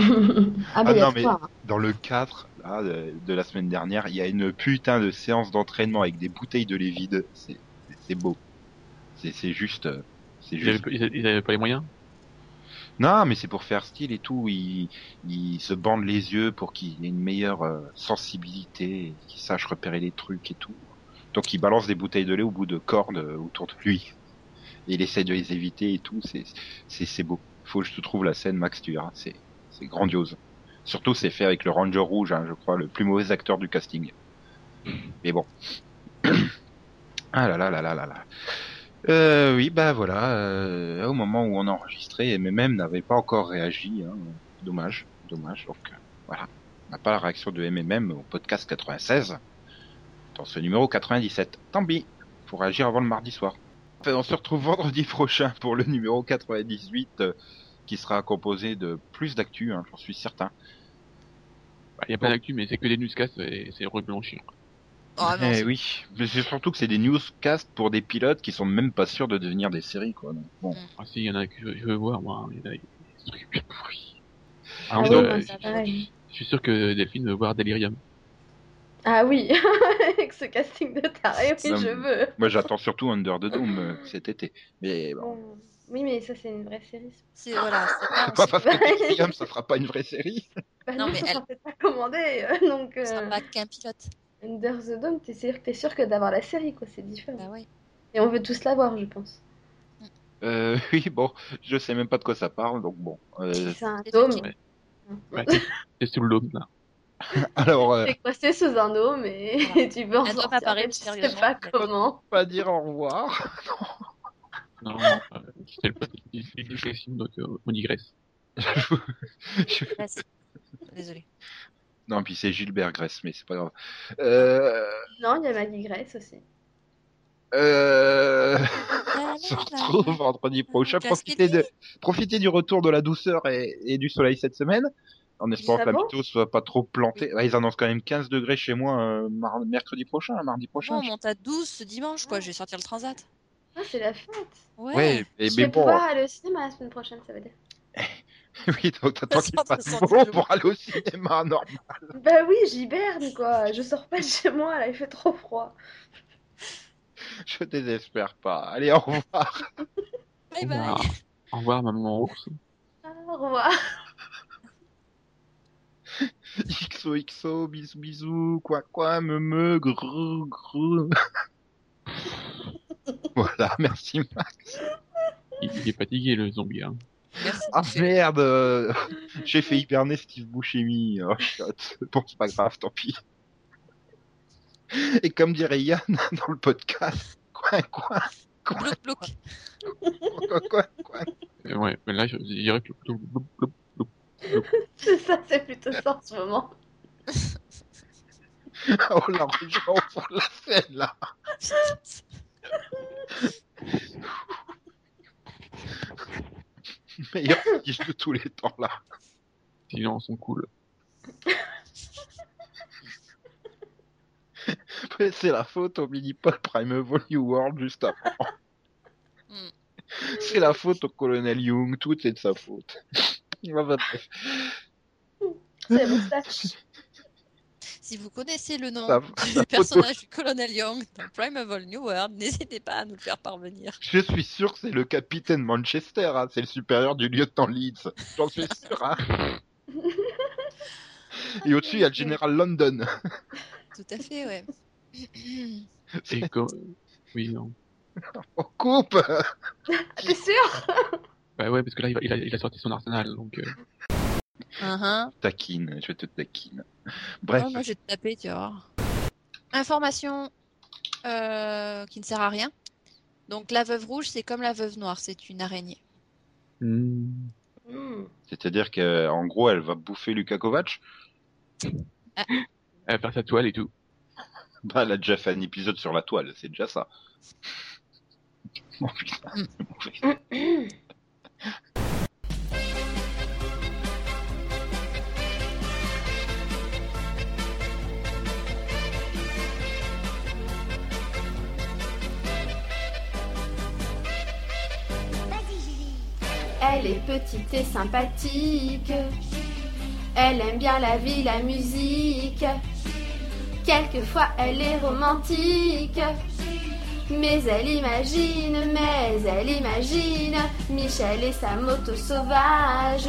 ah bah, il y a non, mais- trois, hein. Dans le 4 là, de, de la semaine dernière, il y a une putain de séance d'entraînement avec des bouteilles de lait vide. C'est c'est beau. C'est c'est juste. euh, C'est Ils avaient, juste. pas- ils avaient- ils avaient pas les moyens. Non, mais c'est pour faire style et tout. Ils, ils se bandent les yeux pour qu'il ait une meilleure euh, sensibilité, qu'il sache repérer les trucs et tout. Donc il balance des bouteilles de lait au bout de cordes euh, autour de lui. Et il essaie de les éviter et tout. C'est- C'est c'est beau. Faut que je te trouve la scène, Max, tu verras. C'est c'est grandiose. Surtout, c'est fait avec le Ranger Rouge, hein, je crois, le plus mauvais acteur du casting. Mais bon. ah là là là là là là. Euh, oui, bah voilà, euh, au moment où on enregistrait, et même n'avait pas encore réagi. hein. Dommage, dommage. Donc euh, voilà, on n'a pas la réaction de MMM au podcast 96 dans ce numéro 97. Tant pis, faut réagir avant le mardi soir. Enfin, on se retrouve vendredi prochain pour le numéro 98 euh, qui sera composé de plus d'actu, hein, j'en suis certain. Bah, Il y a plein d'actu, mais c'est que des newscasts et c'est règlement chiant. Oh, non, Eh c'est- oui, mais c'est surtout que c'est des newscasts pour des pilotes qui sont même pas sûrs de devenir des séries quoi. Donc, bon. Ah si, il y en a que je, je veux voir, moi. Il y en a des trucs bien pourris. Ah oui, euh, oh, moi, bah, je, c'est pareil. je suis sûr que Delphine veut voir Delirium. Ah oui, avec ce casting de taré, oui, Non, je mais- veux. Moi, j'attends surtout Under the Dome euh, cet été. Mais bon, Bon, Oui, mais ça, c'est une vraie série. C'est voilà, c'est pas- pas parce que Terry Gilliam, ça fera pas une vraie série. Bah Non, non, mais mais elle- pas commandé. euh, donc, ce sera euh, pas qu'un pilote. Under the Dome, t'es sûr, t'es sûr que d'avoir la série, quoi, c'est différent. Bah ouais. Et on veut tous la voir, je pense. Euh, oui, bon, je sais même pas de quoi ça parle, donc bon. Euh, C'est un c'est dôme. ok. Ouais, c'est sous le dôme, là. alors, euh, T'es coincé sous un dôme et Voilà. tu peux en Elle doit sortir, apparaître mais tu sais mystérieusement. pas comment. pas dire au revoir. Non, non, euh, c'était le c'était le casting, donc euh, on digresse. Yes. Désolée. non, puis c'est Gilbert Gress, mais c'est pas grave. Euh, Non, il y a Maggie Grace aussi. euh, on Ah, bah, se retrouve vendredi prochain. Casse Profitez, de, Kelly. profitez du retour de la douceur et, et du soleil cette semaine. En espérant Ça que la va météo soit pas trop plantée. Ouais, ils annoncent quand même 15 degrés chez moi euh, mar- mercredi prochain, hein, mardi prochain. Bon, on monte à 12 ce dimanche, quoi. Je vais sortir le transat. Ah, c'est la fête. Ouais. Ouais, mais, je mais vais bon, pouvoir aller au cinéma la semaine prochaine, ça veut dire. oui, donc t'attends qu'il Soixante- fasse beau soixante-dix pour aller au cinéma, non Bah oui, j'hiberne, quoi. Je sors pas de chez moi, là, il fait trop froid. Je désespère pas. Allez, au revoir. Bye Au bye. Ah. revoir. Bah, Au revoir, maman ours. Ah, au revoir. XOXO, bisous, bisous, quoi, quoi, me, me, grou, grou. voilà, merci. Il, il est fatigué, le zombie, hein. Merci. Ah merde, euh, j'ai fait hiberner Steve Buscemi. Oh shit. Bon, c'est pas grave, tant pis. Et comme dirait Yann dans le podcast, quoi, quoi, Blouk, blouk. quoi, quoi, quoi. Euh, Ouais, mais là, je je dirais que le- le- le- C'est ça, c'est plutôt ça en ce moment. Oh la région pour la scène là. Meilleur fiche de tous les temps là. sinon, on sont cool. Après, C'est la faute au mini-pod Prime Volley World juste avant. Hmm. C'est la faute au colonel Young, tout est de sa faute. Enfin, bref, C'est la moustache. Si vous connaissez le nom Ça- du personnage du colonel Young dans Primeval New World, n'hésitez pas à nous le faire parvenir. je suis sûr que c'est le capitaine Manchester, hein, c'est le supérieur du lieutenant Leeds. J'en suis sûr. Hein. Et au-dessus, il y a le général London. Tout à fait, ouais. Et comme... Oui, non. On coupe Ah, T'es sûr Bah ouais, parce que là, il, va- il a, il a sorti son arsenal, donc... euh, Uh-huh. Taquine, je te taquine. Bref, Oh, moi, je vais te taper, tu vas voir. Information euh, qui ne sert à rien. Donc, la veuve rouge, c'est comme la veuve noire, c'est une araignée. hmm. Hmm. c'est-à-dire qu'en gros, elle va bouffer Luka Kovac. Elle va faire sa toile et tout. Bah, elle a déjà fait un épisode sur la toile, c'est déjà ça. Oh putain, c'est mauvais. Elle est petite et sympathique. Elle aime bien la vie, la musique. Quelquefois elle est romantique. Mais elle imagine, mais elle imagine, Michel et sa moto sauvage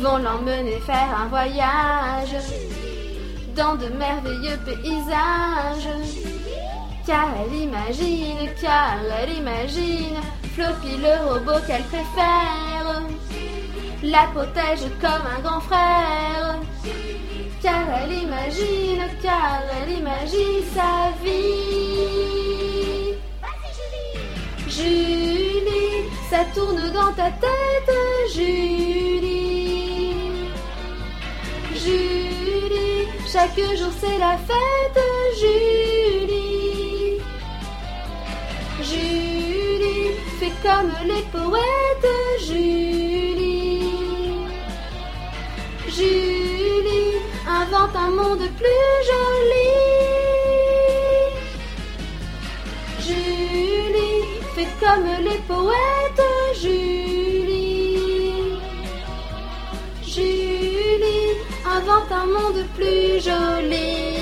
vont l'emmener faire un voyage dans de merveilleux paysages. Car elle imagine, car elle imagine Floppy le robot qu'elle préfère La protège comme un grand frère Car elle imagine, car elle imagine sa vie Julie, ça tourne dans ta tête Julie Julie, chaque jour c'est la fête, Julie. Julie, fais comme les poètes, Julie. Julie, invente un monde plus joli. Julie, fais comme les poètes, Julie. Julie, invente un monde plus joli.